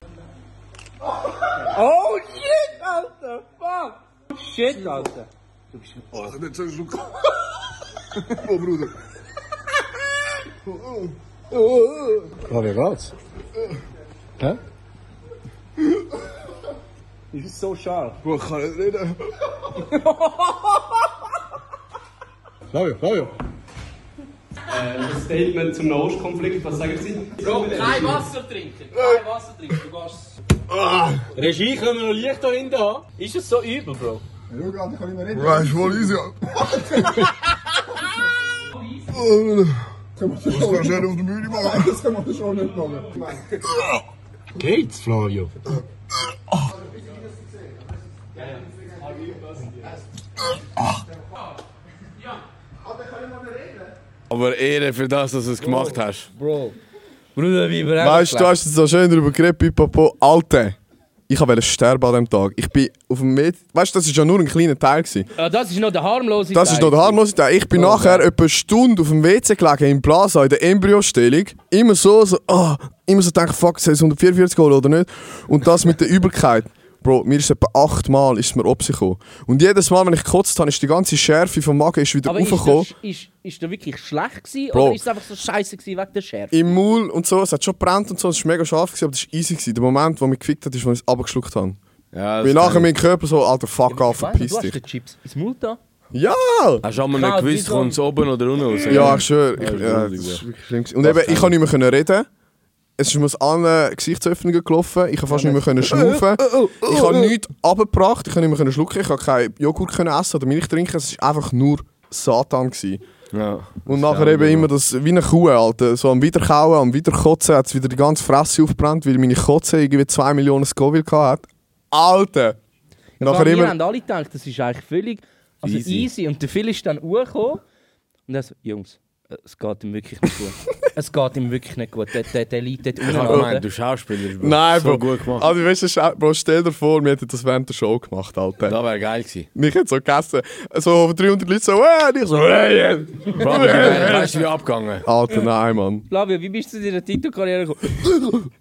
Speaker 12: Oh shit, Alter! Fuck! Shit, Alter! Du bist ein Arsch. Jetzt hast du. Oh, Bruder.
Speaker 13: Ja, wie geht's? Hä?
Speaker 12: Das ist so scharf. Bro, ich kann nicht reden.
Speaker 13: Flavio, Flavio.
Speaker 14: Ein Statement zum Nahostkonflikt, was sagen Sie?
Speaker 4: Bro, kein Wasser trinken! Kein Wasser trinken, du gehst...
Speaker 14: Regie, können wir noch Licht da hinten haben? Ist es so übel, Bro?
Speaker 13: Ja, gerade, ich kann nicht mehr reden.
Speaker 14: Bro, ist voll
Speaker 13: easy. Das kann man schnell auf die Mühle machen. Das kann man schon nicht machen.
Speaker 14: Geht's, Flavio?
Speaker 3: Aber Ehre für das, dass du es gemacht hast.
Speaker 4: Bro. Bruder, wie wir
Speaker 2: Weißt du, du hast jetzt so schön darüber geredet, Pipapo. Alter, ich wollte sterben an diesem Tag. Ich bin auf dem Med. Weißt du, das war ja nur ein kleiner Teil. Gewesen.
Speaker 4: Ja, das ist noch der harmlose
Speaker 2: Das ist noch der harmlose Teil. Ich bin
Speaker 4: Oh,
Speaker 2: nachher etwa eine Stunde auf dem WC gelegen, im Plaza, in der Embryostellung. Immer so, so, ah, immer so denken, fuck, soll ich 144 holen oder nicht? Und das mit der Übelkeit. Bro, mir ist etwa achtmal ist mir Opsi gekommen. Und jedes Mal, wenn ich gekotzt habe, ist die ganze Schärfe vom Magen ist wieder
Speaker 4: Aber ist
Speaker 2: aufgekommen.
Speaker 4: das, ist, ist das wirklich schlecht gewesen,
Speaker 2: Bro.
Speaker 4: oder ist es einfach so scheiße gewesen wegen der Schärfe?
Speaker 2: Im Maul und so, es hat schon gebrannt und so, es war mega scharf, gewesen, aber das war easy. Gewesen. Der Moment, wo mich gefickt hat, ist, wo ich es abgeschluckt habe.
Speaker 3: Ja,
Speaker 2: Weil
Speaker 3: das
Speaker 2: nachher
Speaker 3: kann
Speaker 2: mein Körper so, Alter, fuck off,
Speaker 4: Weißt du,
Speaker 2: verpiss
Speaker 4: du hast
Speaker 2: dich.
Speaker 4: den Chips ins Mund da.
Speaker 2: Ja!
Speaker 3: Hast du auch mal nicht gewusst, kommt es oben oder unten raus?
Speaker 2: Ja, ich schwöre. Ich,
Speaker 3: Ja,
Speaker 2: ja, das
Speaker 3: das ist
Speaker 2: ist
Speaker 3: wirklich
Speaker 2: wirklich schlimm. gewesen. Und eben,
Speaker 3: Was
Speaker 2: ich
Speaker 3: denn?
Speaker 2: konnte nicht mehr können reden. Es ist mir aus allen Gesichtsöffnungen gelaufen. Ich konnte fast nicht mehr können schnaufen. Ich habe nichts abgebracht. Ich konnte nicht mehr können schlucken. Ich konnte keinen Joghurt können essen oder Milch trinken. Es war einfach nur Satan. Gewesen. Und nachher
Speaker 3: ja
Speaker 2: eben immer das, wie eine Kuh, Alter. So am Wiederkauen, am Wiederkotzen hat es wieder die ganze Fresse aufgebrannt, weil meine Kotze irgendwie 2 Millionen Scoville gehabt hat. Alter! nachher
Speaker 4: Nachher wir
Speaker 2: immer...
Speaker 4: haben alle gedacht, das ist eigentlich völlig also
Speaker 2: Easy.
Speaker 4: easy. Und der Phil ist dann hochgekommen und er so, Jungs, äh, es geht ihm wirklich nicht
Speaker 2: [laughs]
Speaker 4: gut. es geht ihm wirklich nicht gut. Der, der, der liegt dort
Speaker 3: Ich habe
Speaker 4: unten,
Speaker 3: gemeint,
Speaker 4: Alter.
Speaker 3: du Schauspieler. Bro.
Speaker 2: Nein,
Speaker 3: so
Speaker 2: Bro.
Speaker 3: gut gemacht.
Speaker 2: Also, weißt du, schau- Bro, stell dir vor, wir hätten das während der Show gemacht, Alter.
Speaker 3: Das wäre
Speaker 2: [laughs]
Speaker 3: geil gewesen.
Speaker 2: Mich hat so gegessen. So 300 Leute so, äh, und ich so, äh,
Speaker 3: Bro, aber weißt du, wie abgegangen?
Speaker 2: Alter, nein, Mann.
Speaker 4: Flavio, wie bist du zu deiner TikTok-Karriere gekommen?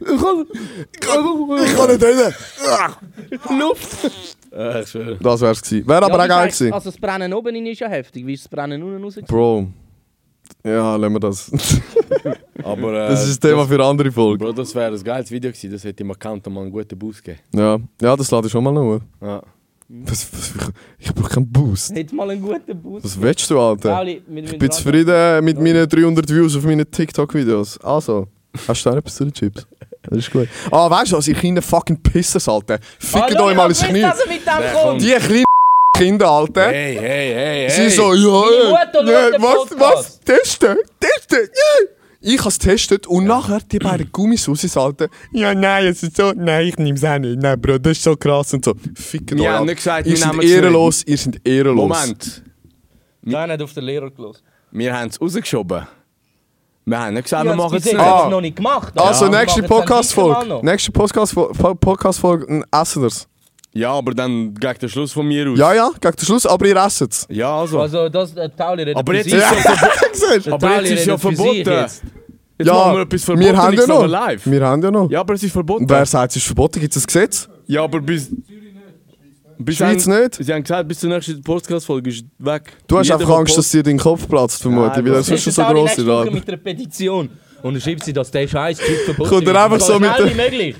Speaker 4: ich kann,
Speaker 2: ich kann nicht reden.
Speaker 4: Luft.
Speaker 3: Äh, ich schwöre.
Speaker 2: Das wär's gewesen. Wäre
Speaker 4: Ja,
Speaker 2: aber
Speaker 4: ist
Speaker 2: auch geil
Speaker 4: eigentlich-
Speaker 2: gewesen.
Speaker 4: Also das Brennen oben rein ist ja heftig. Wie ist das Brennen unten raus?
Speaker 2: Bro, Ja, lassen wir
Speaker 3: [laughs]
Speaker 2: das.
Speaker 3: Aber, äh,
Speaker 2: das ist ein Thema für andere Folgen.
Speaker 3: Bro, das wäre ein geiles Video gewesen. Das hätte im Account um mal einen guten Boost gegeben.
Speaker 2: Ja. ja, dus das lade ich schon mal noch.
Speaker 3: Ja.
Speaker 2: Was, was, ich ich brauche keinen Boost.
Speaker 4: Hätte mal einen guten Boost.
Speaker 2: Was willst du, Alter?
Speaker 4: Pauli, wir
Speaker 2: Ich
Speaker 4: müssen
Speaker 2: bin
Speaker 4: dran-
Speaker 2: zufrieden mit meinen 300 Views auf meinen TikTok-Videos. Also, hast du da etwas zu den Chips? Das ist gut. Ah, weißt du was? Ihr kleinen fucking Pissers, Alter. Fickt
Speaker 4: Ah, schau,
Speaker 2: euch mal ins
Speaker 4: ich hab
Speaker 2: Knie.
Speaker 4: gewusst, dass er mit dem
Speaker 2: Wer kommt?
Speaker 4: kommt.
Speaker 2: Die kleinen Kinder, Alter.
Speaker 3: Hey, hey, hey,
Speaker 2: Sie so,
Speaker 4: Meine
Speaker 2: ja, eh,
Speaker 4: Mutter
Speaker 2: nee,
Speaker 4: hört den
Speaker 2: was, was?
Speaker 4: Podcast.
Speaker 2: Testen? Testen? Ja. Ich habe es getestet und nachher die beiden Gummisausis, Alter. Ja, nein, es ist so. Nein, ich nehme es auch nicht. Nein, Bro, das ist so krass und so. Ficken
Speaker 3: Wir
Speaker 2: euch
Speaker 3: haben
Speaker 2: ab.
Speaker 3: nicht gesagt,
Speaker 2: ihr
Speaker 3: wir
Speaker 2: seid
Speaker 3: nehmen's nicht.
Speaker 2: ehrenlos, ihr seid ehrenlos.
Speaker 3: Moment.
Speaker 4: Nein, nicht auf den Lehrer gelassen.
Speaker 3: Wir haben es rausgeschoben. Wir haben nicht gesagt, wir
Speaker 4: Ja,
Speaker 3: machen es
Speaker 4: bis
Speaker 3: nicht.
Speaker 4: jetzt
Speaker 2: Ah.
Speaker 4: hat's noch nicht gemacht.
Speaker 2: Also,
Speaker 4: Ja. Wir
Speaker 2: nächste
Speaker 4: machen's dann sicher mal
Speaker 2: Podcast-Folge.
Speaker 4: noch.
Speaker 2: Nächste Podcast-Folge Podcast essen wir's.
Speaker 3: Ja, aber dann gegen den Schluss von mir aus.
Speaker 2: Ja, ja, gegen den Schluss, aber ihr essen es.
Speaker 3: Ja, also.
Speaker 4: Also, das, äh, Tauli redet
Speaker 3: Aber
Speaker 4: für
Speaker 3: jetzt
Speaker 4: sich.
Speaker 3: ist es [laughs] ja
Speaker 2: Siehst du?
Speaker 3: aber jetzt ist ja verboten. Jetzt machen wir etwas
Speaker 2: wir haben ja
Speaker 3: Verbotenes
Speaker 2: noch.
Speaker 3: aber live.
Speaker 2: Wir haben ja noch.
Speaker 3: Ja, aber es ist verboten.
Speaker 2: Wer sagt, es ist verboten? Gibt es ein Gesetz?
Speaker 3: Ja, aber bis. bis
Speaker 2: Schweiz
Speaker 3: dann-
Speaker 2: nicht?
Speaker 3: Sie haben gesagt, bis zur nächsten Podcast-Folge ist weg.
Speaker 2: Du hast
Speaker 3: Jeder,
Speaker 2: einfach
Speaker 3: der
Speaker 2: Angst, dass
Speaker 3: Post-
Speaker 2: dir dein Kopf platzt, vermutlich,
Speaker 3: Nein,
Speaker 2: weil er
Speaker 3: das
Speaker 2: sonst
Speaker 4: Jetzt
Speaker 2: so
Speaker 4: Tauli
Speaker 2: gross
Speaker 4: nächste
Speaker 2: ist.
Speaker 4: Woche
Speaker 2: Alter.
Speaker 4: mit einer Petition. Und dann schreibt sie, dass der scheiß Typ verboten
Speaker 2: Kommt er einfach so mit
Speaker 4: schnell
Speaker 2: der-
Speaker 4: wie möglich.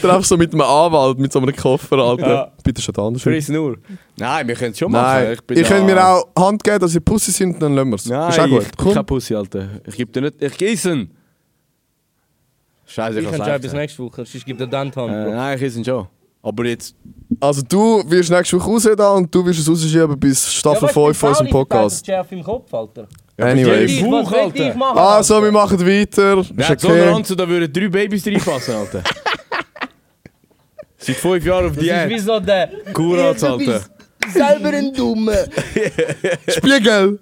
Speaker 2: Treff so mit einem Anwalt, mit so einem Koffer, Alter.
Speaker 3: Ja.
Speaker 2: Bitte schon anders.
Speaker 3: Friss nur. Nein, wir können es schon machen.
Speaker 2: Nein,
Speaker 3: bin
Speaker 2: ihr
Speaker 3: da-
Speaker 2: könnt mir auch Hand geben, dass ihr Pussy sind, dann lassen wir es.
Speaker 3: Nein,
Speaker 2: ist auch gut.
Speaker 3: ich ich kann Pussy, Alter. Ich geb dir nicht. Ich gieße ihn.
Speaker 4: Ich
Speaker 3: Scheiße, ich
Speaker 4: kann
Speaker 3: kann
Speaker 4: schon bis nächste Woche, sonst gibt er dann die Hand.
Speaker 3: Äh,
Speaker 4: Bro.
Speaker 3: nein, ich gieße ihn schon. Aber jetzt.
Speaker 2: Also du wirst nächste Woche raus da und du wirst es rausschieben bis
Speaker 4: Ja,
Speaker 2: Staffel
Speaker 4: weißt du,
Speaker 2: 5 von unserem
Speaker 4: Pauli verteilt
Speaker 2: Podcast.
Speaker 4: die Schärfe im Kopf, Alter.
Speaker 2: Anyway.
Speaker 4: Ich, was will ich machen?
Speaker 2: Also, wir machen weiter.
Speaker 3: Der hat
Speaker 2: Ist
Speaker 3: so einen
Speaker 2: okay.
Speaker 3: Ranzen, da würden drei Babys
Speaker 2: [laughs]
Speaker 3: reinpassen, Alter. Seit fünf Jahren auf
Speaker 4: das ist wie
Speaker 3: Diät.
Speaker 4: so der...
Speaker 3: Kurat, Alter.
Speaker 4: Selber ein Dummer.
Speaker 2: Spiegel!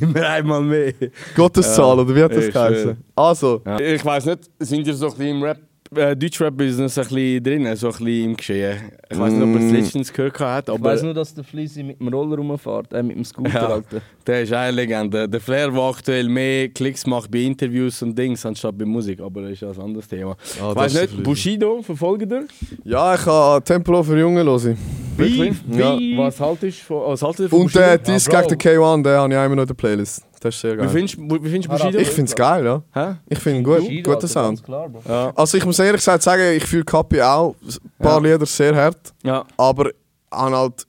Speaker 3: Immer einmal mehr.
Speaker 2: Gotteszahl, oder wie hat das
Speaker 3: ich schwör.
Speaker 2: geheißen? Also.
Speaker 3: Ich weiß nicht, sind ihr so ein bisschen im Rap, äh, Deutschrap-Business ein bisschen drin, so ein bisschen im Geschehen? Ich weiß nicht, ob ihr es
Speaker 4: Mm.
Speaker 3: letztens gehört hat,
Speaker 4: Ich
Speaker 3: aber
Speaker 4: weiss nur, dass der Flissi mit dem Roller rumfährt, äh, mit dem Scooter,
Speaker 3: ja,
Speaker 4: Alter.
Speaker 3: der ist eine Legende. Der Flair, der aktuell mehr Klicks macht bei Interviews und Dings, anstatt bei Musik, aber das ist ja ein anderes Thema.
Speaker 2: Ah,
Speaker 3: ich
Speaker 2: das
Speaker 3: weiß
Speaker 2: ist
Speaker 3: nicht,
Speaker 2: ein
Speaker 3: Bushido, verfolgt ihr?
Speaker 2: Ja, ich habe Tempo für Jungen hören.
Speaker 3: Wirklich?
Speaker 2: Ja.
Speaker 3: Was oh, haltest du von, was haltest du von
Speaker 2: Und der
Speaker 3: Bushido? Ah,
Speaker 2: Diss gegen den K1, den habe ich auch immer noch in der Playlist. Das ist sehr geil.
Speaker 3: Wie findest du wie findest du Bushido?
Speaker 2: Ich finde es geil, ja.
Speaker 3: Hä?
Speaker 2: Ich finde ihn gut.
Speaker 3: Bushido,
Speaker 2: Guter
Speaker 3: Alter,
Speaker 2: Sound.
Speaker 4: Klar, Bro.
Speaker 3: Ja.
Speaker 2: Also ich muss ehrlich gesagt sagen, ich fühle Kapi auch ein paar Lieder sehr hart.
Speaker 3: Ja.
Speaker 2: Aber habe halt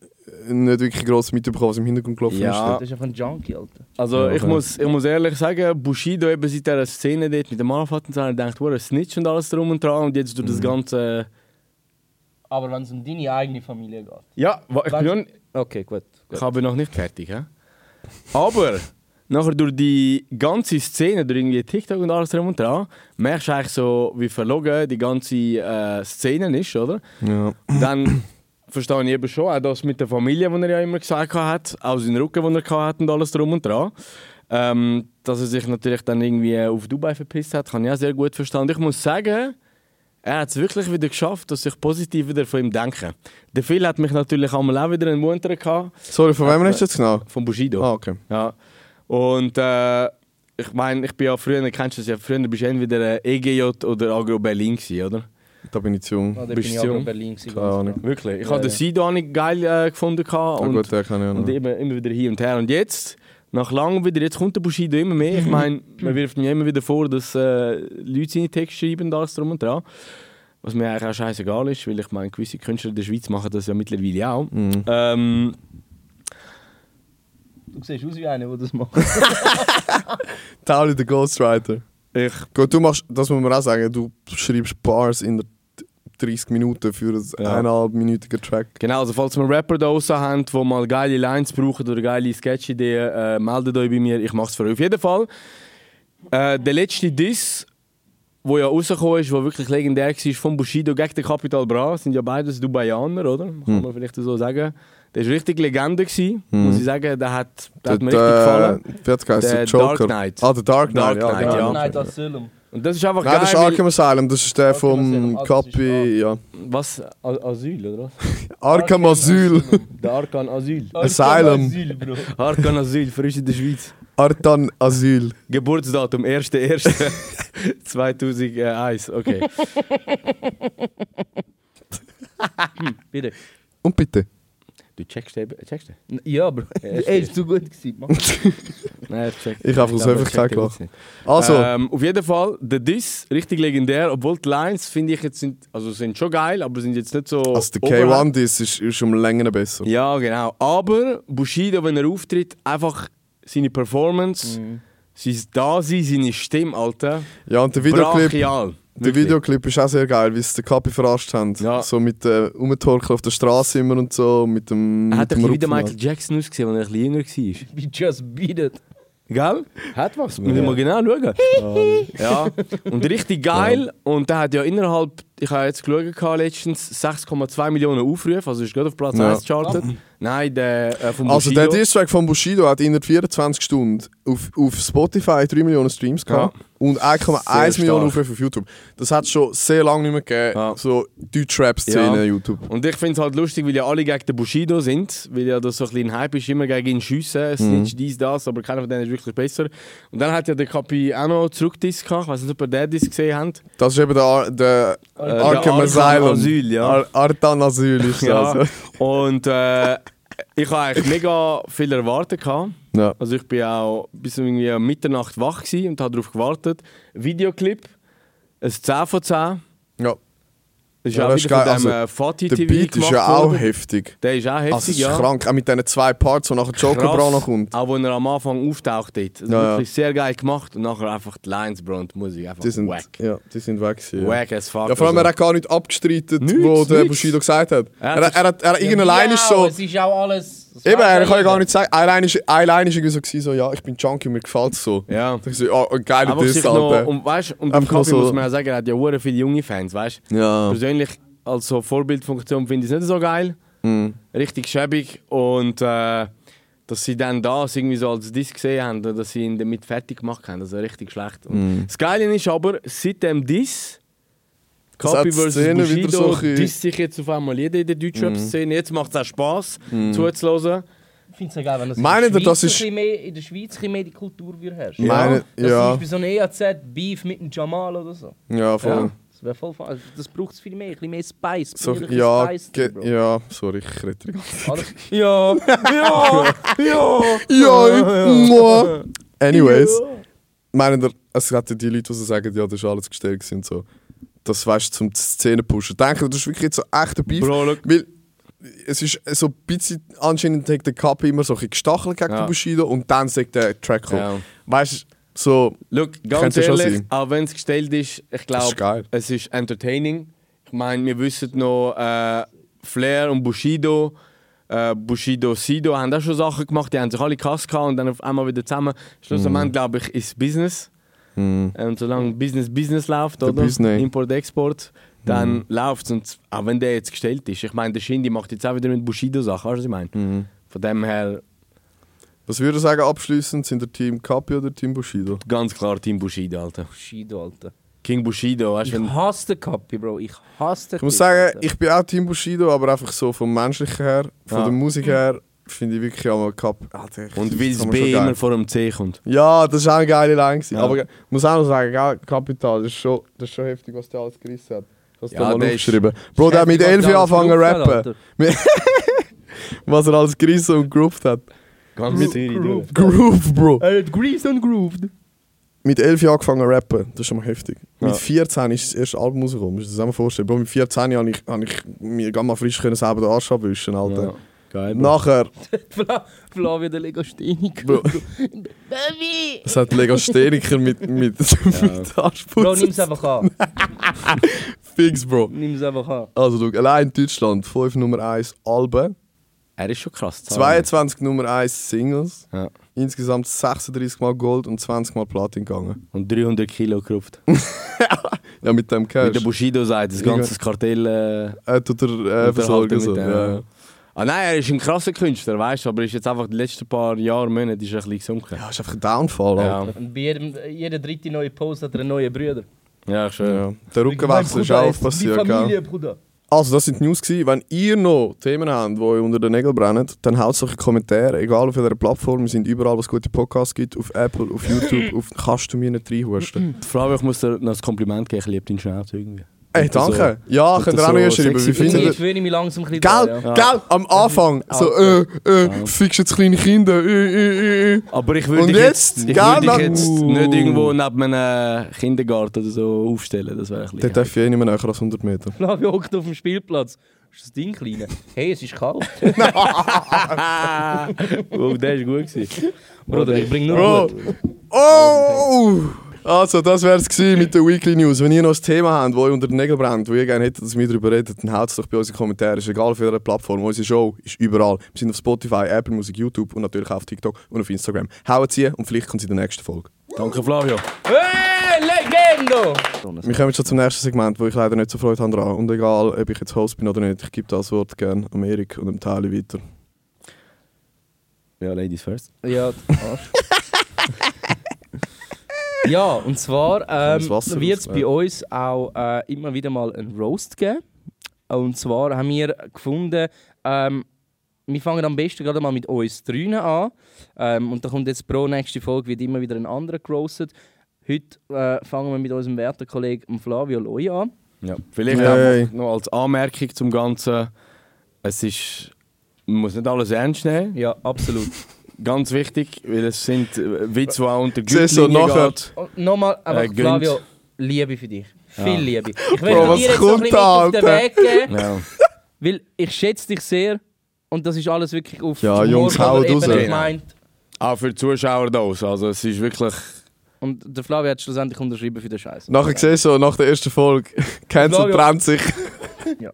Speaker 2: nicht wirklich gross mitbekommen, was im Hintergrund gelaufen
Speaker 4: Das
Speaker 2: ist.
Speaker 4: ist einfach ein Junkie, Alter.
Speaker 3: Also
Speaker 2: Ja,
Speaker 3: ich,
Speaker 2: okay.
Speaker 3: muss, ich muss ehrlich sagen, Bushido eben seit dieser Szene dort mit dem Manafat und so, er denkt, wow, ein Snitch und alles drum und dran und jetzt durch das dus ganze...
Speaker 4: Aber wenn es um deine eigene Familie geht.
Speaker 3: Ja, wa- ich bin noch, n-
Speaker 4: Okay, gut. Ah,
Speaker 3: ich habe noch nicht fertig, hä? Aber nachher durch die ganze Szene, durch irgendwie TikTok und alles drum und dran, merkst du eigentlich so, wie verlogen die ganze äh, Szene ist, oder?
Speaker 2: Ja.
Speaker 3: Dann verstehe ich eben schon, auch das mit der Familie, die er ja immer gesagt hat, auch seinen Rücken, den er hatte und alles drum und dran. Ähm, dass er sich natürlich dann irgendwie auf Dubai verpisst hat, kann ich auch sehr gut verstehen. Und ich muss sagen, er hat es wirklich wieder geschafft, dass ich positiv wieder von ihm denke. Der Phil hat mich natürlich einmal auch wieder entmuntert. gehabt. Äh,
Speaker 2: Sorry, von wem redest du jetzt genau?
Speaker 3: Von Bushido.
Speaker 2: Ah, okay.
Speaker 3: Ja. Und äh, ich meine, ich bin ja früher, kennst du das ja, früher bist du entweder äh, EGJ oder Agro Berlin gewesen, oder?
Speaker 2: Da bin ich zu jung.
Speaker 4: Da bin
Speaker 3: Bist
Speaker 4: ich
Speaker 3: du
Speaker 4: aber
Speaker 3: jung?
Speaker 4: in Berlin. gewesen,
Speaker 2: Keine
Speaker 4: ganz
Speaker 2: Ahnung.
Speaker 4: klar.
Speaker 3: Wirklich. Ich
Speaker 4: Ja,
Speaker 3: habe
Speaker 4: ja.
Speaker 3: den Sido auch nicht geil äh, gefunden. gehabt
Speaker 2: Ah,
Speaker 3: und
Speaker 2: gut, den kann ich auch
Speaker 3: und
Speaker 2: noch.
Speaker 3: immer, immer wieder hier und her. Und jetzt, nach langem wieder, jetzt kommt der Bushido immer mehr. Ich [laughs] meine, man wirft mir immer wieder vor, dass äh, Leute seine Texte schreiben, und alles drum und dran. Was mir eigentlich auch scheißegal ist, weil ich meine, gewisse Künstler der Schweiz machen das ja mittlerweile auch.
Speaker 2: Mhm.
Speaker 3: Ähm,
Speaker 4: Du siehst aus wie einer, der das macht.
Speaker 2: Tauli, der Ghostwriter.
Speaker 3: Ich.
Speaker 2: Gut, du machst, das muss man auch sagen, du schreibst Bars in der 30 Minuten für einen
Speaker 3: Ja.
Speaker 2: eineinhalbminütigen Track.
Speaker 3: Genau, also falls wir Rapper da draussen haben, die mal geile Lines brauchen oder geile Sketch-Ideen, äh, meldet euch bei mir, ich mache es für euch. Auf jeden Fall, äh, der letzte Diss, wo ja rausgekommen ist, der wirklich legendär war, von Bushido gegen den Capital Bra, sind ja beides Dubaianer, oder? Kann
Speaker 2: Hm.
Speaker 3: man vielleicht so sagen. Der war richtig Legende, gewesen,
Speaker 2: Hm. äh,
Speaker 3: muss ich sagen, der hat, der hat mir
Speaker 2: Der-
Speaker 3: richtig gefallen.
Speaker 2: der- Wie hat
Speaker 3: Der
Speaker 2: geheißen? Joker.
Speaker 3: Dark Knight.
Speaker 2: Ah, der Dark Knight,
Speaker 3: Dark Knight,
Speaker 2: ja.
Speaker 3: ja.
Speaker 2: genau.
Speaker 4: Nein, das um. Asylum.
Speaker 3: Und das ist einfach
Speaker 2: Nein, das ist
Speaker 3: geil,
Speaker 2: Arkham Asylum, das ist der vom
Speaker 4: Asylum, ah, das ist
Speaker 2: Kapi, ja.
Speaker 3: weil- Was? A- Asyl, oder was?
Speaker 2: Arkham Asyl.
Speaker 3: Der
Speaker 2: [laughs]
Speaker 3: Arkan Asyl.
Speaker 2: Asylum.
Speaker 4: Bro.
Speaker 3: Arkan Asyl, frisch in der Schweiz.
Speaker 2: Artan Asyl.
Speaker 3: Geburtsdatum 1.1.2001, okay.
Speaker 4: Bitte.
Speaker 2: Und bitte.
Speaker 3: Du checkst eben. Checkst du?
Speaker 4: [laughs] Ja, aber ey, ist zu gut gewesen. Mann.
Speaker 3: Nein, ich check.
Speaker 2: Ich habe es
Speaker 3: glaube,
Speaker 2: einfach
Speaker 3: ich check
Speaker 2: gesagt. gelacht.
Speaker 3: den Witz nicht.
Speaker 2: Also,
Speaker 3: Ähm, auf jeden Fall, der Diss, richtig legendär, obwohl die Lines, finde ich, jetzt sind, also sind schon geil, aber sind jetzt nicht so.
Speaker 2: also der K1 diss ist, ist um Längen besser.
Speaker 3: Ja, genau. Aber Bushido, wenn er auftritt, einfach seine Performance, sein Dasein, seine Stimme, Alter.
Speaker 2: Ja, und der Videoclip,
Speaker 3: Brachial.
Speaker 2: der Videoclip ist auch sehr geil, wie sie den Kapi verarscht haben. So mit äh, Umtorkeln auf der Straße immer und so. Mit dem,
Speaker 3: Er
Speaker 2: mit
Speaker 3: hat ein
Speaker 2: dem
Speaker 3: bisschen wie der
Speaker 2: Rupfen.
Speaker 3: Michael Jackson ausgesehen, als er ein bisschen jünger war.
Speaker 4: We just beat it.
Speaker 3: Gell? Hat was. Müssen wir mal genau schauen. [laughs] ja. Und richtig geil. Und der hat ja innerhalb, ich habe jetzt geschaut, gehabt letztens 6,2 Millionen Aufrufe. Also ist gerade auf Platz
Speaker 2: Ja.
Speaker 3: 1 gechartet. Nein, der äh, vom
Speaker 2: Also der
Speaker 3: Bushido.
Speaker 2: Distrack von Bushido hat innerhalb 24 Stunden auf, auf Spotify 3 Millionen Streams gehabt und
Speaker 3: Sehr
Speaker 2: 1,1
Speaker 3: stark.
Speaker 2: Millionen Aufrufe auf YouTube. Das hat es schon sehr lange nicht mehr gegeben, so Deutsch-Rap-Szene YouTube.
Speaker 3: Und ich finde es halt lustig, weil ja alle gegen den Bushido sind, weil ja das so ein bisschen ein Hype ist, immer gegen ihn schiessen,
Speaker 2: Mhm.
Speaker 3: Snitch, dies, das, aber keiner von denen ist wirklich besser. Und dann hat ja der Kapi auch noch Zurückdiss gehabt, ich weiß nicht, ob ihr den Diss gesehen habt.
Speaker 2: Das ist eben der, Ar der
Speaker 3: der
Speaker 2: Arkham
Speaker 3: Arkham
Speaker 2: Asylum.
Speaker 3: Asyl, ja.
Speaker 2: Ar Artan Asyl ist das.
Speaker 3: Ja.
Speaker 2: Also.
Speaker 3: Und äh, ich habe eigentlich mega viel erwartet. gehabt.
Speaker 2: Ja.
Speaker 3: Also ich bin auch bis irgendwie um Mitternacht wach gewesen und habe darauf gewartet. Videoclip, ein 10 von 10.
Speaker 2: Ja.
Speaker 3: Das ist
Speaker 2: Ja,
Speaker 3: auch
Speaker 2: das ist
Speaker 3: wieder von
Speaker 2: geil.
Speaker 3: dem
Speaker 2: Also,
Speaker 3: äh, Fatih
Speaker 2: der
Speaker 3: TV
Speaker 2: Beat ist
Speaker 3: gemacht
Speaker 2: ja auch
Speaker 3: worden.
Speaker 2: heftig.
Speaker 3: Der ist auch heftig,
Speaker 2: Also es ist
Speaker 3: ja.
Speaker 2: krank, auch mit diesen zwei Parts, wo nachher Joker Bra noch kommt.
Speaker 3: Auch wenn er am Anfang auftaucht dort. Also
Speaker 2: Ja, ja.
Speaker 3: wirklich sehr geil gemacht und nachher einfach die Lines, Bro, und die Musik einfach
Speaker 2: Die sind,
Speaker 3: wack.
Speaker 2: ja, die sind weg. gewesen, Ja.
Speaker 3: Wack as fuck.
Speaker 2: Ja, vor allem, er
Speaker 3: also.
Speaker 2: hat gar nicht abgestreitet, was der
Speaker 3: nichts.
Speaker 2: Bushido gesagt hat. Er,
Speaker 3: Er
Speaker 2: er,
Speaker 3: hat-
Speaker 2: er, hat- er, irgendeine Line ist so...
Speaker 4: Es ist auch alles. das
Speaker 2: Eben,
Speaker 4: weiß
Speaker 2: er kann ja
Speaker 4: jeder.
Speaker 2: gar nicht sagen. Eine Line ist, eine Line ist irgendwie so, gewesen, so, ja, ich bin Junkie und mir gefällt es so.
Speaker 3: Ja.
Speaker 2: Ich so, oh, geile
Speaker 3: Einfach
Speaker 2: Diss,
Speaker 3: sich noch,
Speaker 2: Alter.
Speaker 3: und weißt, und
Speaker 2: Einfach
Speaker 3: Einfach
Speaker 2: noch
Speaker 3: Kaffee
Speaker 2: so-
Speaker 3: muss man auch sagen, er hat ja hure viele junge Fans, weißt
Speaker 2: Ja.
Speaker 3: Persönlich als so Vorbildfunktion finde ich es nicht so geil.
Speaker 2: Mhm.
Speaker 3: Richtig schäbig und äh, dass sie dann das irgendwie so als Diss gesehen haben und dass sie ihn damit fertig gemacht haben, also richtig schlecht. Und
Speaker 2: Mhm.
Speaker 3: Das Geile ist aber, seit dem Diss,
Speaker 2: Das hat
Speaker 3: Kapi
Speaker 2: die Szene
Speaker 3: vs.
Speaker 2: wieder so
Speaker 3: Bushido,
Speaker 2: ein bisschen-
Speaker 3: disst sich jetzt auf einmal jeder in der Deutschrap-Szene. Jetzt macht es auch Spass,
Speaker 2: Mhm.
Speaker 3: zuzuhören.
Speaker 4: Ich finde es ja geil, wenn das in
Speaker 3: Meinen
Speaker 4: der
Speaker 3: Sie, das
Speaker 4: Schweiz ein
Speaker 3: ist-
Speaker 4: bisschen mehr, in der Schweiz ein bisschen mehr die Kultur würde herrschen.
Speaker 2: Meinen-
Speaker 4: Dass
Speaker 2: ja.
Speaker 4: Zum Beispiel so ein EAZ E Beef mit dem Jamal oder so.
Speaker 2: Ja, voll.
Speaker 4: Das wäre voll fun. Also, das braucht es viel mehr, ein bisschen mehr Spice.
Speaker 2: So,
Speaker 4: bring ein bisschen
Speaker 2: ja,
Speaker 4: Spice
Speaker 2: ge-
Speaker 4: drin, Bro.
Speaker 2: ja, sorry, ich rede die ganze Zeit.
Speaker 4: Alles-
Speaker 3: [laughs]
Speaker 4: Ja, ja, ja.
Speaker 2: Ja, mua. Anyways, meinen ihr, es hat ja die Leute, die so sagen, ja, das ist alles gestellt gewesen und so. Das weißt du, zum die Szene pushen. Denken, ihr, das ist wirklich jetzt so echter Beef.
Speaker 3: Bro, look.
Speaker 2: weil es ist so ein bisschen, anscheinend hat der Kappe immer so ein bisschen gestachelt gegen
Speaker 3: Ja.
Speaker 2: den Bushido und dann sagt der Track kommt.
Speaker 3: Ja.
Speaker 2: Weißt du, so.
Speaker 3: Look, ganz
Speaker 2: könnte schon
Speaker 3: ehrlich,
Speaker 2: sein.
Speaker 3: auch wenn es gestellt ist, ich
Speaker 2: Das ist geil.
Speaker 3: glaube, es ist entertaining. Ich meine, wir wissen noch, äh, Flair und Bushido, äh, Bushido, Sido haben auch schon Sachen gemacht, die haben sich alle Kass gehabt und dann auf einmal wieder zusammen.
Speaker 2: Mhm.
Speaker 3: Schlussendlich, glaube ich, ist Business. Äh, Und solange Business Business läuft, oder?
Speaker 2: Business. Mhm.
Speaker 3: Import-Export, dann läuft's. Und auch wenn der jetzt gestellt ist. Ich meine, der Shindy macht jetzt auch wieder mit Bushido Sachen, weißt du, was ich meine?
Speaker 2: Mhm.
Speaker 3: Von dem her,
Speaker 2: Was würde ich sagen, abschließend sind der Team Kapi oder Team Bushido?
Speaker 3: ganz klar Team Bushido, Alter.
Speaker 4: Bushido,
Speaker 2: [laughs]
Speaker 4: Alter.
Speaker 3: King Bushido, weißt
Speaker 4: Ich
Speaker 3: du? wenn-
Speaker 4: hasse den Kapi, Bro. Ich hasse den
Speaker 2: Ich muss
Speaker 4: Typ,
Speaker 2: sagen,
Speaker 4: Alter.
Speaker 2: ich bin auch Team Bushido, aber einfach so vom menschlichen her, von
Speaker 3: Ja.
Speaker 2: der Musik her, finde ich wirklich auch mal Kapi. Alter, ich-
Speaker 3: Und
Speaker 2: das
Speaker 3: weil
Speaker 2: kann
Speaker 3: das
Speaker 2: man schon
Speaker 3: B
Speaker 2: geil.
Speaker 3: immer vor dem C kommt.
Speaker 2: Ja, das war auch eine geile Line. gewesen.
Speaker 3: Ja.
Speaker 2: Aber ich muss auch noch sagen, gell, Kapital, das ist, schon, das ist schon heftig, was der alles gerissen hat. Das
Speaker 3: Ja,
Speaker 2: ja, mal
Speaker 3: der ist-
Speaker 2: aufgeschrieben. Bro, der hat mit
Speaker 3: heftig, was
Speaker 2: 11
Speaker 3: der alles
Speaker 2: angefangen zu
Speaker 3: gerupft hat,
Speaker 4: [laughs]
Speaker 2: rappen. Mit- was er alles gerissen und grooved hat.
Speaker 3: Ganz
Speaker 2: Mit-
Speaker 3: Zürich, du.
Speaker 2: Groove, Bro.
Speaker 4: Er hat greased Äh, und grooved.
Speaker 2: Mit 11 Jahren angefangen zu rappen, das ist schon mal heftig.
Speaker 3: Ja.
Speaker 2: Mit 14 ist das erste Album rausgekommen, musst du dir das mal vorstellen. Bro, mit 14 habe ich, hab ich mir ganz mal frisch können selber den Arsch abwischen, Alter.
Speaker 3: Ja. Geil, Bro.
Speaker 2: Nachher,
Speaker 4: Fla- Flavio de Legostini. [laughs]
Speaker 2: Bro,
Speaker 4: Baby!
Speaker 2: es hat Lego Steniker mit, mit, [laughs] mit Arschputzen.
Speaker 4: Bro, nimm's einfach
Speaker 2: [laughs]
Speaker 4: an.
Speaker 2: Fix, Bro.
Speaker 4: Nimm's einfach an.
Speaker 2: Also, schau, allein in Deutschland 5 Nummer 1 Alben.
Speaker 3: Er ist schon krass. Zahlen.
Speaker 2: 22 Nummer 1 Singles.
Speaker 3: Ja.
Speaker 2: Insgesamt 36 Mal Gold und 20 Mal Platin gegangen.
Speaker 3: Und 300 Kilo [laughs] gerupft.
Speaker 2: Ja, mit dem Cash.
Speaker 3: Wie der Bushido sagt, das
Speaker 2: Ja.
Speaker 3: ganze Kartell. Äh,
Speaker 2: Äh, tut er äh,
Speaker 3: unterhalten
Speaker 2: versorgen. So.
Speaker 3: mit dem.
Speaker 2: Ja. ja.
Speaker 3: Ah nein, er ist ein krasser Künstler, weißt du, aber ist jetzt einfach die letzten paar Jahre, Monate ist er ein bisschen gesunken.
Speaker 2: Ja, ist einfach ein Downfall.
Speaker 3: Ja.
Speaker 2: Alter.
Speaker 4: Und bei jedem, jeder dritte neue Post hat er einen neuen Bruder.
Speaker 3: Ja, schön.
Speaker 2: Ja. Der Rückenwechsel ist auch passiert.
Speaker 4: Die Familie,
Speaker 2: gell?
Speaker 4: Bruder.
Speaker 2: Also, das sind die News. Gewesen. Wenn ihr noch Themen habt, die euch unter den Nägeln brennen, dann haut solche Kommentare, egal auf welcher Plattform. Wir sind überall, wo es gute Podcasts gibt. Auf Apple,
Speaker 4: [laughs]
Speaker 2: auf YouTube, auf Kannst du mir nicht reinhusten.
Speaker 3: Die Frau, ich muss dir noch ein Kompliment geben, ich liebe deinen Schnauz irgendwie.
Speaker 2: Ey, danke. Ja, könnt ihr auch noch geschrieben. Wie
Speaker 4: Ich
Speaker 2: findet ihr...
Speaker 4: fühle mich langsam ein bisschen
Speaker 2: Gell,
Speaker 4: da, ja.
Speaker 2: gell, am Anfang, so, äh, äh, fickst jetzt kleine Kinder, äh, äh, äh.
Speaker 3: Aber ich würde
Speaker 2: Und
Speaker 3: dich
Speaker 2: jetzt,
Speaker 3: jetzt, ich
Speaker 2: gell,
Speaker 3: würde dich
Speaker 2: nach-
Speaker 3: jetzt
Speaker 2: Uh.
Speaker 3: nicht irgendwo neben einem Kindergarten oder so aufstellen. Das wäre ein
Speaker 2: Dann
Speaker 3: bisschen.
Speaker 2: darf ich eh nicht mehr näher als 100 Meter.
Speaker 4: Flavio hockt auf dem Spielplatz. Ist das Ding klein? Hey, es ist
Speaker 2: [laughs]
Speaker 4: kalt. [laughs]
Speaker 3: Oh, der war gut. gewesen.
Speaker 4: Bruder, ich bring nur
Speaker 2: Oh, Bro.
Speaker 4: gut.
Speaker 2: Oh! Also, das wär's gewesen mit der Weekly News. Wenn ihr noch ein Thema habt, das euch unter den Nägeln brennt, wo ihr gerne hättet, dass wir darüber reden, dann haut es doch bei uns in die Kommentare. Ist egal auf welcher Plattform. Unsere Show ist überall. Wir sind auf Spotify, Apple Music, YouTube und natürlich auch auf TikTok und auf Instagram. Haut sie und vielleicht kommt sie in der nächsten Folge.
Speaker 3: Danke, Flavio.
Speaker 4: Hey, Legendo!
Speaker 2: Wir kommen schon zum nächsten Segment, wo ich leider nicht so Freude habe dran. Und egal, ob ich jetzt Host bin oder nicht, ich gebe das Wort gerne an Erik und dem Teile weiter.
Speaker 3: Ja, Ladies first.
Speaker 4: Ja, du Arsch. ja, und zwar ähm,
Speaker 3: das Wasser
Speaker 4: wird es
Speaker 3: rausgelassen.
Speaker 4: bei uns auch äh, immer wieder mal einen Roast geben. Und zwar haben wir gefunden, ähm, wir fangen am besten gerade mal mit uns dreien an. Ähm, und da kommt jetzt pro nächste Folge wird immer wieder ein anderer gerostet. Heute äh, fangen wir mit unserem werten Kollegen Flavio Loi an.
Speaker 3: Ja, vielleicht
Speaker 2: Hey.
Speaker 3: einfach noch als Anmerkung zum Ganzen. Es ist. Man muss nicht alles ernst nehmen.
Speaker 4: Ja, absolut.
Speaker 3: Ganz wichtig, weil es sind äh, Witze, die auch unter
Speaker 2: Siehst du,
Speaker 3: Gürtellinie
Speaker 2: nachher-
Speaker 3: geht.
Speaker 4: [laughs] Und nochmal, einfach
Speaker 3: Äh, gönnt.
Speaker 4: Flavio, Liebe für dich.
Speaker 3: Ja.
Speaker 4: Viel Liebe. Ich möchte
Speaker 3: Bro,
Speaker 4: dir
Speaker 3: was
Speaker 4: jetzt noch ein bisschen
Speaker 3: kommt
Speaker 4: mit auf den
Speaker 3: da, Alter?
Speaker 4: Weg geben.
Speaker 3: Ja.
Speaker 4: Weil ich schätze dich sehr und das ist alles wirklich auf
Speaker 3: Ja,
Speaker 4: die
Speaker 3: Jungs,
Speaker 4: Humor-
Speaker 3: haut
Speaker 4: Ebene
Speaker 3: raus.
Speaker 4: gemeint.
Speaker 3: Auch für die Zuschauer da aus. Also, es ist wirklich.
Speaker 4: Und der Flavio hat schlussendlich unterschrieben für den Scheiß.
Speaker 2: Nachher siehst du, nach der ersten Folge, Cancel
Speaker 4: Flavio.
Speaker 2: trennt sich.
Speaker 4: ja.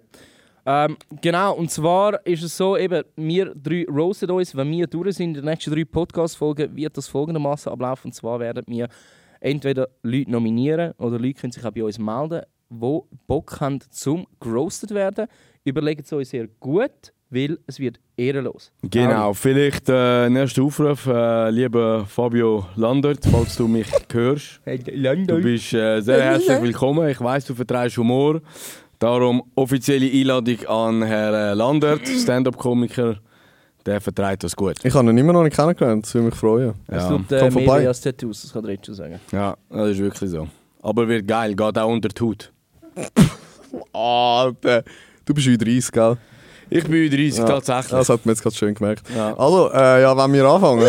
Speaker 4: ähm, Genau, und zwar ist es so, eben, wir drei roasten uns. Wenn wir durch sind in den nächsten drei Podcast-Folgen, wird das folgendermaßen ablaufen. Und zwar werden wir entweder Leute nominieren oder Leute können sich auch bei uns melden, die Bock haben zum gerostet werden. Überlegt es euch sehr gut, weil es wird ehrenlos.
Speaker 3: Genau, vielleicht äh, ein erster Aufruf, äh, lieber Fabio Landert, falls du mich [laughs] hörst.
Speaker 4: Hey,
Speaker 3: Du bist äh, sehr herzlich willkommen. Ich weiß, du vertreibst Humor. Darum offizielle Einladung an Herrn Landert, Stand-up-Komiker. Der vertreibt das gut.
Speaker 2: Ich habe ihn immer noch nicht kennengelernt, das würde mich freuen.
Speaker 4: Es
Speaker 3: Es Ja.
Speaker 4: tut
Speaker 3: tut,
Speaker 4: äh,
Speaker 2: Komm
Speaker 4: mehr
Speaker 2: vorbei.
Speaker 4: weh als Tattoos, das kann Retschu sagen.
Speaker 3: Ja, das ist wirklich so. Aber wird geil, geht auch unter die Haut.
Speaker 2: Alter, du bist wieder 30, gell?
Speaker 3: Ich bin 30,
Speaker 2: ja.
Speaker 3: tatsächlich.
Speaker 2: Das hat man jetzt gerade schön gemerkt.
Speaker 3: Ja.
Speaker 2: Also, äh, ja, wenn wir anfangen.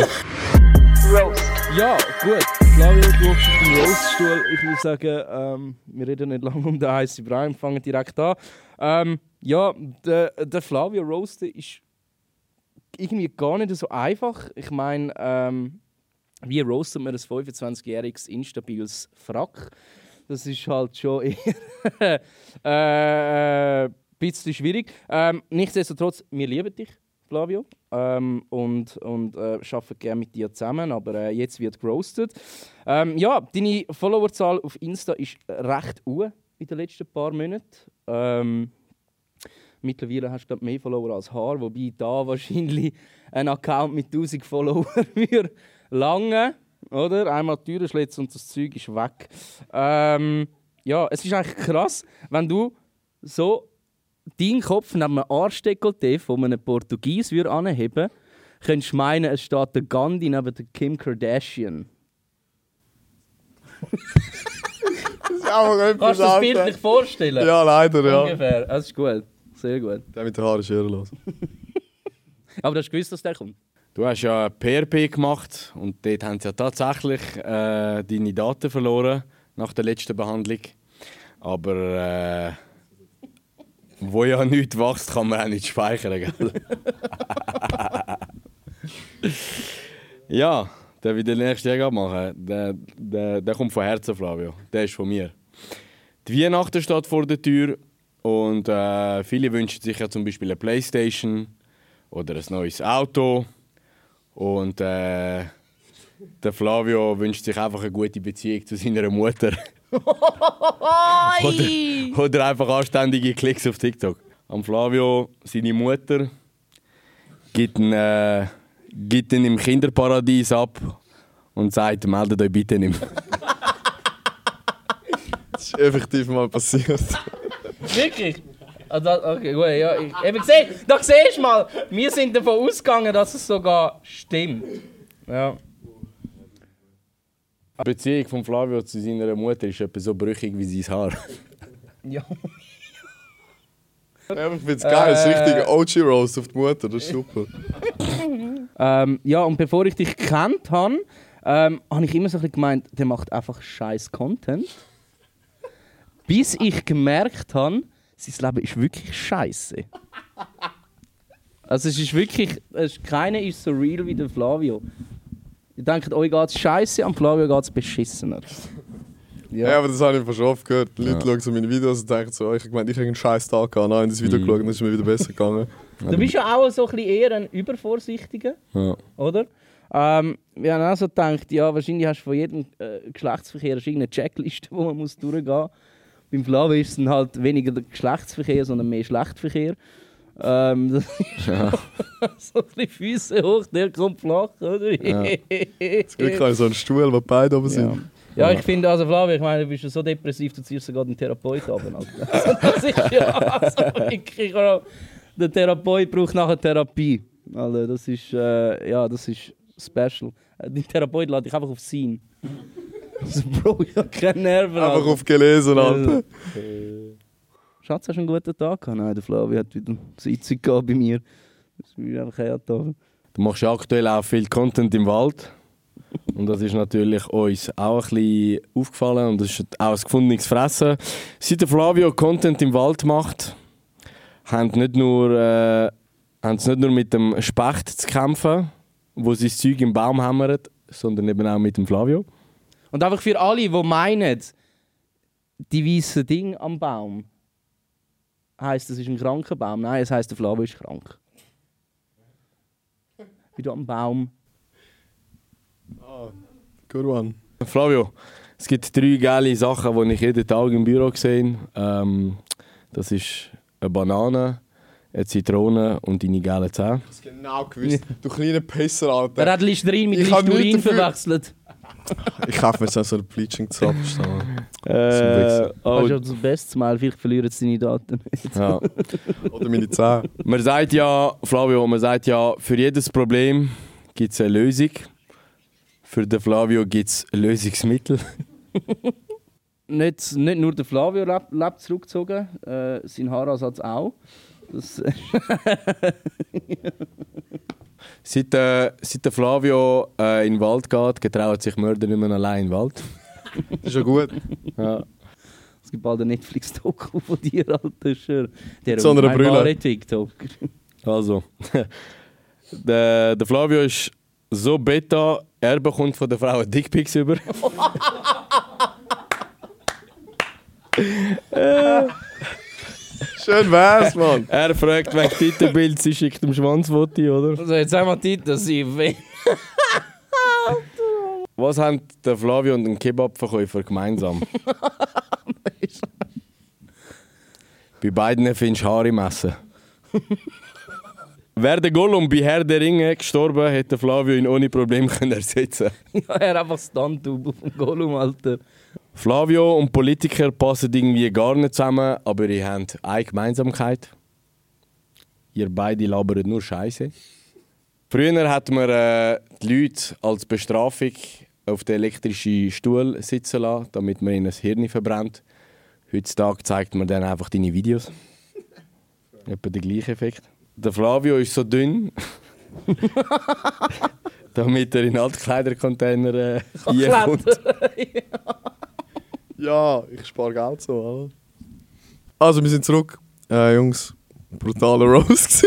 Speaker 4: Ja, gut. Flavio, du hockst auf dem Roaststuhl. Ich würde sagen, ähm, wir reden nicht lange um den heißen Brei und fangen direkt an. Ähm, ja, der, der Flavio Roasten ist irgendwie gar nicht so einfach. Ich meine, ähm, wie roastet man ein 25-jähriges instabiles Frack? Das ist halt schon eher [laughs] äh, ein bisschen schwierig. Ähm, nichtsdestotrotz, wir lieben dich, Flavio, ähm, und, und äh, arbeiten gerne mit dir zusammen, aber äh, jetzt wird gerostet. Ähm, ja, deine Followerzahl auf Insta ist recht hoch in den letzten paar Monaten. Ähm, Mittlerweile hast du glaub, mehr Follower als Haar, wobei da wahrscheinlich ein Account mit 1000 Followern [laughs] würde lange, oder? Einmal die Türe schlitzt und das Zeug ist weg. Ähm, ja, es ist eigentlich krass, wenn du so deinen Kopf neben einem Arschdekolleté von einem Portugies würde anheben, könntest du meinen, es steht der Gandhi neben der Kim Kardashian. Kannst du das Bild nicht vorstellen?
Speaker 2: Ja, leider, ja.
Speaker 4: Ungefähr. Das ist gut. Sehr gut.
Speaker 2: Der mit den Haaren ist ehrenlos.
Speaker 4: Aber du hast gewusst, dass der kommt.
Speaker 3: Du hast ja PRP gemacht und dort haben sie ja tatsächlich äh, deine Daten verloren nach der letzten Behandlung. Aber äh, wo ja nichts wächst, kann man auch nicht speichern, gell? [laughs] ja, der will den nächsten Jäger machen. Der, der, der kommt von Herzen, Flavio. Der ist von mir. Die Weihnachten steht vor der Tür und äh, viele wünschen sich ja zum Beispiel eine Playstation oder ein neues Auto. Und äh, der Flavio wünscht sich einfach eine gute Beziehung zu seiner Mutter. oder, oder einfach anständige Klicks auf TikTok. Am Flavio, seine Mutter, gibt ihn, äh, gibt ihn im Kinderparadies ab und sagt, meldet euch bitte nicht mehr.
Speaker 2: [laughs] Das ist effektiv mal passiert.
Speaker 4: Wirklich? Ah, da, okay, gut, ja. Ich, eben gesehen, da siehst du mal, wir sind davon ausgegangen, dass es sogar stimmt. Ja.
Speaker 3: Die Beziehung von Flavio zu seiner Mutter ist etwa so brüchig wie sein Haar.
Speaker 4: Ja.
Speaker 2: Ja, aber ich find's geil, das
Speaker 4: Äh.
Speaker 2: richtige OG Roast auf die Mutter, das ist super.
Speaker 4: Ähm, ja, und bevor ich dich gekannt habe, ähm, habe ich immer so ein bisschen gemeint, der macht einfach scheiß Content. Bis ich gemerkt habe, sein Leben ist wirklich scheiße. Also es ist wirklich, es ist, keiner ist so real wie der Flavio. Ihr denkt, euch geht's scheiße, am Flavio geht's beschissener.
Speaker 2: Ja. aber das habe ich fast oft gehört. Die Leute schauen so meine Videos und denken so, oh, ich meine, ich habe einen scheiß Tag gehabt. Nein, das Video
Speaker 3: Mhm.
Speaker 2: geschaut, dann ist es mir wieder besser [laughs] gegangen.
Speaker 4: Du bist ja auch so ein bisschen eher ein Übervorsichtiger.
Speaker 2: Ja.
Speaker 4: oder? Ähm, wir haben auch so gedacht, ja, wahrscheinlich hast du von jedem äh, Geschlechtsverkehr hast du irgendeine Checkliste, wo man muss durchgehen muss. Beim Flavio ist es dann halt weniger der Geschlechtsverkehr, sondern mehr Schlechtverkehr. Ähm, [laughs] das ist
Speaker 2: Ja.
Speaker 4: so ein bisschen Füße hoch, der kommt flach, oder? [laughs]
Speaker 2: Ja. Zum Glück habe ich so einen Stuhl, wo beide oben sind.
Speaker 4: Ja, ich finde, also Flavio, ich meine, du bist ja so depressiv, du ziehst sogar den Therapeut ab. [laughs] Alter. Also, das ist ja also wirklich... auch- Der Therapeut braucht nachher Therapie. Also, das ist, äh, ja, das ist special. Äh, Dein Therapeut lädt dich einfach auf sein. Also, Bro, ich habe keine Nerven.
Speaker 2: Einfach
Speaker 4: Alter.
Speaker 2: auf gelesen, Alter.
Speaker 4: Äh. Schatz, hast du einen guten Tag gehabt? Nein, der Flavio hat wieder eine Sitzung gehabt bei mir. Das ist mir einfach hart.
Speaker 3: Du machst ja aktuell auch viel Content im Wald. Und das ist natürlich uns auch ein bisschen aufgefallen und das ist auch ein gefundenes Fressen. Seit der Flavio Content im Wald macht, haben sie nicht nur, äh, haben sie nicht nur mit dem Specht zu kämpfen, wo sie das Zeug im Baum hämmert, sondern eben auch mit dem Flavio.
Speaker 4: Und einfach für alle, die meinen, die weißen Ding am Baum heisst, es ist ein kranker Baum. Nein, es heisst, der Flavio ist krank. Wie du am Baum.
Speaker 2: Good one.
Speaker 3: Flavio, es gibt drei geile Sachen, die ich jeden Tag im Büro sehe. Ähm, das ist eine Banane, eine Zitrone und deine gelben Zähne.
Speaker 2: Genau gewusst. Du kleiner Pisser, Alter.
Speaker 4: Er hat Listerin mit
Speaker 2: Ich hab nichts
Speaker 4: Listerin
Speaker 2: dafür.
Speaker 4: verwechselt.
Speaker 2: Ich kaufe mir jetzt auch so einen Bleaching-Zapf. [laughs]
Speaker 3: Äh, oh.
Speaker 4: Hast du das beste Smile, vielleicht verlieren sie deine Daten nicht.
Speaker 3: Ja.
Speaker 2: Oder meine Zähne.
Speaker 3: Man sagt ja, Flavio, man sagt ja, für jedes Problem gibt es eine Lösung. Für den Flavio gibt es Lösungsmittel. [laughs]
Speaker 4: nicht, nicht nur der Flavio lebt, lebt zurückgezogen, äh, sein Haaransatz auch. Das,
Speaker 3: Seit, äh, seit der Flavio äh, in den Wald geht, getraut sich Mörder nicht mehr allein im Wald.
Speaker 2: Das ist ja gut.
Speaker 3: Ja.
Speaker 4: es gibt bald eine Netflix-Doku von dir, alter Schür. äh, Der
Speaker 3: Mit so einer Brille.
Speaker 4: unheilbare TikToker.
Speaker 3: [laughs] Also, [laughs] der, der Flavio ist so beta, er bekommt von der Frau einen Dickpics über. [laughs]
Speaker 2: Schön wär's, Mann.
Speaker 3: Er fragt wegen Titelbild, sie schickt dem Schwanzwoti, oder?
Speaker 4: Also jetzt einmal Titel, sie
Speaker 3: Was haben der Flavio und ein Kebabverkäufer gemeinsam? bei beiden findest du Haare im Essen. Wäre der Gollum bei Herr der Ringe gestorben, hätte Flavio ihn ohne Probleme können ersetzen
Speaker 4: ja, er einfach Stand-up auf dem Gollum, Alter.
Speaker 3: Flavio und Politiker passen irgendwie gar nicht zusammen, aber ihr habt eine Gemeinsamkeit. Ihr beide labert nur Scheiße. Früher hat man äh, die Leute als Bestrafung auf den elektrischen Stuhl sitzen lassen, damit man ihnen das Hirn verbrennt. Heutzutage zeigt man dann einfach deine Videos. Etwa der gleiche Effekt. Der Flavio ist so dünn, [laughs] damit er in Altkleidercontainer äh, reinkommt.
Speaker 2: Ja, ich spare Geld so, Alter. Also, wir sind zurück. Äh, Jungs, brutaler [laughs] Roast.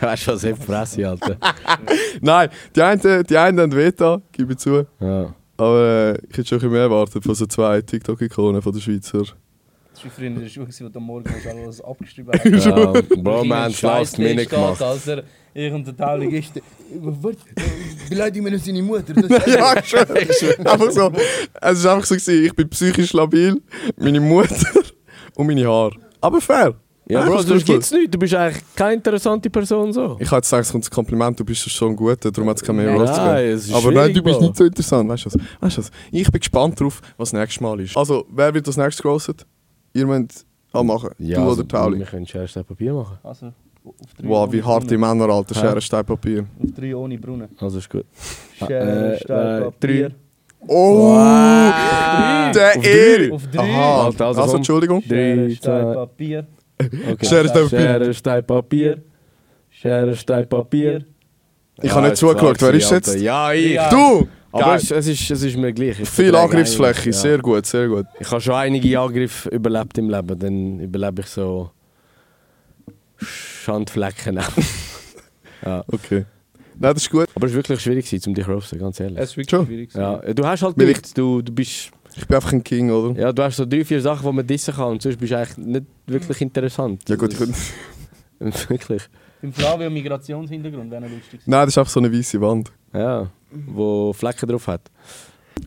Speaker 3: Weißt du, was ich fresse, Alter?
Speaker 2: Nein, die einen, die einen haben Veta, gebe ich zu.
Speaker 3: Ja.
Speaker 2: Aber äh, ich hätte schon ein bisschen mehr erwartet von so zwei TikTok-Ikonen von der
Speaker 3: [laughs]
Speaker 2: Schweizer.
Speaker 4: Das war früher in der Schule, wo du am Morgen alles abgeschrieben
Speaker 2: hast. Ja,
Speaker 3: Bro, wir haben Last Minute gemacht.
Speaker 4: Alter, ich und der Taulig ist...
Speaker 15: Beleidigen wir noch seine Mutter.
Speaker 2: ja, [laughs] schon. einfach so. Es ist einfach so, gewesen, ich bin psychisch labil, meine Mutter [laughs] und meine Haare. Aber fair.
Speaker 3: Ja, Bro, dus
Speaker 2: Einfach
Speaker 3: sonst
Speaker 2: super.
Speaker 3: gibt's nichts. Du bist eigentlich keine interessante Person so.
Speaker 2: Ich hätte gesagt, es kommt ein Kompliment, du bist schon ein guter, darum hat es keine mehr
Speaker 3: Nein,
Speaker 2: Roast gegeben.
Speaker 3: es ist
Speaker 2: Aber nein,
Speaker 3: schwierig,
Speaker 2: du bist
Speaker 3: Bro.
Speaker 2: nicht so interessant, weißt du was? Weißt du was? Ich bin gespannt drauf, was das nächste Mal ist. Also, wer wird das nächste grosset? Ihr müsst anmachen,
Speaker 3: Ja,
Speaker 2: du
Speaker 3: also,
Speaker 2: oder Tauli.
Speaker 3: Wir können Schere, Stein, Papier machen.
Speaker 4: Also, auf drei
Speaker 2: Wow, wie
Speaker 4: ohne
Speaker 2: harte
Speaker 4: Brunnen.
Speaker 2: Männer, Alter.
Speaker 3: Hä?
Speaker 2: Schere, Stein, Papier.
Speaker 4: Auf drei ohne Brunnen.
Speaker 3: Also ist gut.
Speaker 4: Schere,
Speaker 3: Äh,
Speaker 4: Stein,
Speaker 3: äh,
Speaker 4: Papier.
Speaker 3: drei.
Speaker 2: Oh! Ah. Der
Speaker 3: Auf
Speaker 2: Ehr!
Speaker 3: drei. Auf drei.
Speaker 2: Aha,
Speaker 3: Alter, also
Speaker 2: also,
Speaker 3: komm.
Speaker 2: Entschuldigung.
Speaker 3: Drei, zwei,
Speaker 4: Papier.
Speaker 3: Okay.
Speaker 2: Schere, Stein, Papier.
Speaker 3: Schere, Stein, Papier. Schere, Stein, Papier.
Speaker 2: Ich habe nicht zugeschaut, wer ist jetzt?
Speaker 3: Alter. Ja, Oh, ich.
Speaker 2: Du!
Speaker 3: Aber
Speaker 2: Geil.
Speaker 3: es, es, ist, es ist mir gleich. Ich
Speaker 2: Viel
Speaker 3: verträge
Speaker 2: Angriffsfläche,
Speaker 3: eigentlich, ja.
Speaker 2: sehr gut, sehr gut.
Speaker 3: Ich habe schon einige Angriffe überlebt im Leben. Dann überlebe ich so Schandflecken. [laughs] auch. ja.
Speaker 2: Okay. Nein, das ist gut.
Speaker 3: Aber es war wirklich schwierig, gewesen, um dich roasten, ganz ehrlich.
Speaker 4: Es ist wirklich Schon. schwierig
Speaker 3: Ja. Du hast halt
Speaker 2: Weil
Speaker 3: nichts. Du, du bist...
Speaker 2: Ich bin einfach ein King, oder?
Speaker 3: Ja, du hast so drei, vier Sachen, die man dissen Dus kann. Und sonst bist du eigentlich nicht wirklich interessant.
Speaker 2: Mm.
Speaker 3: Dus
Speaker 2: Ja, gut, ich
Speaker 3: [laughs] ich Wirklich.
Speaker 4: Im Flavio Migrationshintergrund wäre noch lustig.
Speaker 2: Nein, das ist einfach so eine weiße Wand.
Speaker 3: Ja, wo Flecken drauf hat.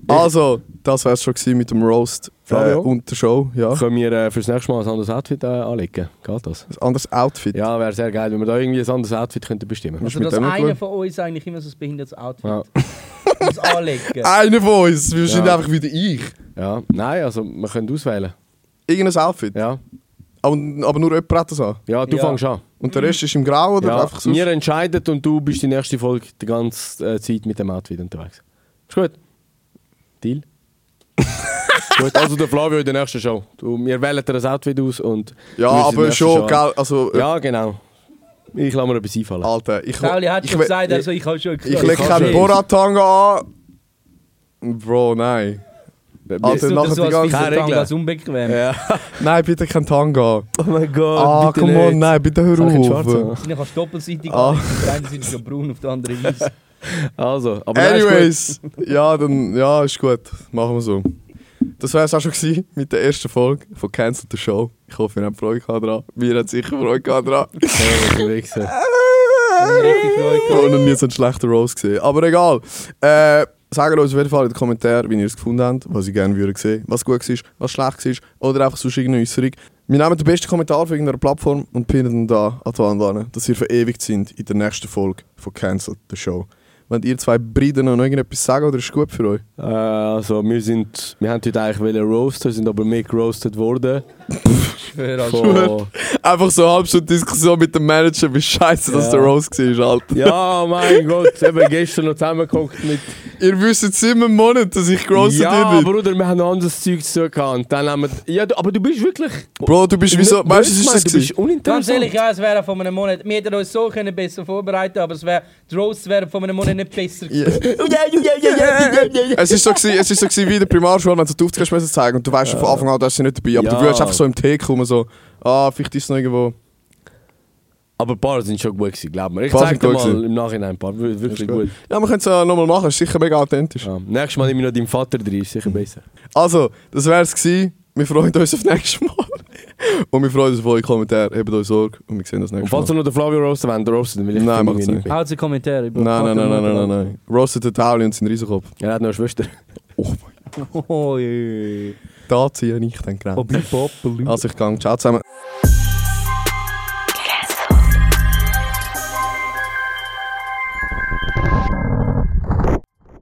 Speaker 2: Also, das wär's schon gewesen mit dem Roast äh,
Speaker 3: Flavio?
Speaker 2: und der Show. Ja.
Speaker 3: Können wir äh, fürs nächste Mal ein anderes Outfit äh, anlegen? Geht das?
Speaker 2: Ein anderes Outfit?
Speaker 3: Ja, wäre sehr geil, wenn wir da irgendwie ein anderes Outfit könnten bestimmen
Speaker 4: Also, dass einer von uns eigentlich immer so ein behindertes Outfit
Speaker 3: Ja.
Speaker 4: muss anlegen.
Speaker 2: Einer von uns, wahrscheinlich
Speaker 3: Ja.
Speaker 2: einfach wieder ich.
Speaker 3: ja, nein, also wir können auswählen.
Speaker 2: Irgendein Outfit?
Speaker 3: Ja.
Speaker 2: Aber, aber nur jemand hat das an?
Speaker 3: Ja, du fängst an.
Speaker 2: Und der Rest ist im Grau oder
Speaker 3: ja,
Speaker 2: einfach so?
Speaker 3: Wir entscheiden und du bist die nächste Folge die ganze äh, Zeit mit dem Outfit unterwegs. Ist gut?
Speaker 2: [laughs]
Speaker 3: Deal? gut, also der Flavio in der nächsten Show. Du, wir wählen dir das Outfit aus und...
Speaker 2: Ja,
Speaker 3: du musst in der
Speaker 2: aber
Speaker 3: nächsten
Speaker 2: schon,
Speaker 3: Show-
Speaker 2: gell, Ah, also... äh,
Speaker 3: Ja, genau. Ich lasse mir etwas einfallen.
Speaker 2: Alter, ich...
Speaker 4: Pauli hat
Speaker 2: ich
Speaker 4: schon
Speaker 2: we-
Speaker 4: gesagt, also ich habe schon
Speaker 2: Ich lege keinen Boratanga an. Bro, nein. Alter,
Speaker 4: Alter,
Speaker 2: nachher
Speaker 4: so,
Speaker 2: die ganze
Speaker 4: Tangas unbequem.
Speaker 2: Nein, bitte kein Tanga.
Speaker 3: Oh mein Gott,
Speaker 2: Ah,
Speaker 3: bitte
Speaker 2: come on,
Speaker 3: nicht.
Speaker 2: nein, bitte hör
Speaker 3: Soll ich einen schwarzen
Speaker 2: auf.
Speaker 3: machen?
Speaker 4: Dann kannst du doppelseitig
Speaker 2: Ah.
Speaker 4: anlegen. Auf der einen Seite ist ja braun, auf der anderen weiß.
Speaker 3: Also, aber nein, ist gut.
Speaker 2: Anyways, ja, dann, ja, ist gut. Machen wir so. Das wär's auch schon gewesen mit der ersten Folge von Cancel the Show. Ich hoffe, ihr habt Freude gehabt dran. Wir haben sicher Freude gehabt dran. Ich habe noch nie so einen schlechten Rose gesehen. Aber egal. Äh, sagt uns auf jeden Fall in den Kommentaren, wie ihr es gefunden habt, was ihr gerne würdet sehen, was gut war, was schlecht war oder einfach sonst irgendeine Äußerung. Wir nehmen den besten Kommentar von irgendeiner Plattform und pinnen ihn da an die Wand an, dass ihr verewigt sind in der nächsten Folge von Cancel the Show. Wenn ihr zwei Brüder noch irgendetwas sagen oder ist gut für euch?
Speaker 3: Äh, also wir sind, wir haben heute eigentlich wollen roasten, sind aber mehr geroastet worden. Von-
Speaker 2: Einfach so eine halbe Stunde Diskussion mit dem Manager, wie scheiße dass
Speaker 3: Ja.
Speaker 2: der Rose war, Alter.
Speaker 3: ja, mein Gott, eben gestern noch zusammengeguckt mit.
Speaker 2: Ihr wisst jetzt immer einen Monat, dass ich gerostet
Speaker 3: Ja,
Speaker 2: bin.
Speaker 3: Bruder, wir haben noch anderes Zeug zu tun gehabt. Und Dann haben wir, ja, du, aber du bist wirklich.
Speaker 2: Bro, du bist wie so-
Speaker 3: Nicht
Speaker 2: weißt du, was ist
Speaker 3: böse
Speaker 2: das
Speaker 3: gemeint, Du bist
Speaker 4: Ganz
Speaker 2: gewesen?
Speaker 4: ehrlich,
Speaker 3: uninteressant.
Speaker 4: ja, es wäre von einem Monat. Wir hätten uns so können besser vorbereiten aber es wäre, die Roasts wären von einem Monat nicht besser gewesen.
Speaker 2: Es ist so, gewesen, es ist so gewesen, wie in der Primarschule, wenn du die Aufzüge müssen zeigen und du weißt schon von Anfang an, dass sie nicht dabei aber du
Speaker 3: Ja.
Speaker 2: würdest einfach so im Tee kommen, so, ah, vielleicht ist es noch irgendwo.
Speaker 3: Aber ein paar sind schon gut gewesen, glaub mir. Ich
Speaker 2: Paar
Speaker 3: zeig
Speaker 2: sind
Speaker 3: dir
Speaker 2: gut
Speaker 3: mal
Speaker 2: gewesen.
Speaker 3: im Nachhinein ein paar, wir- wirklich
Speaker 2: Ist
Speaker 3: gut.
Speaker 2: gut. Ja, wir können es ja nochmal machen, ist sicher mega authentisch.
Speaker 3: Nächstes Mal nehme ich noch deinen Vater drin, ist sicher besser.
Speaker 2: Also, das wär's gewesen. Wir freuen uns auf nächstes Mal. [laughs] Und wir freuen uns auf eure Kommentare. Habt euch Sorge und wir sehen uns
Speaker 3: Und
Speaker 2: nächstes Mal.
Speaker 3: falls du noch den Flavio roasten wollt, roasten, weil ich
Speaker 2: Nein,
Speaker 3: finde
Speaker 2: macht's
Speaker 3: ihn
Speaker 2: nicht.
Speaker 3: bin.
Speaker 4: Also Kommentare.
Speaker 2: Nein, nein, nein, nein, nein, nein, nein. Roasted den Tauli und seinen Riesenkopf.
Speaker 3: Er hat noch eine Schwester.
Speaker 4: Oh, je.
Speaker 2: Da ziehe ich den Grenzen.
Speaker 4: Obli- bobli-
Speaker 2: Also, ich gehe. Ciao zusammen.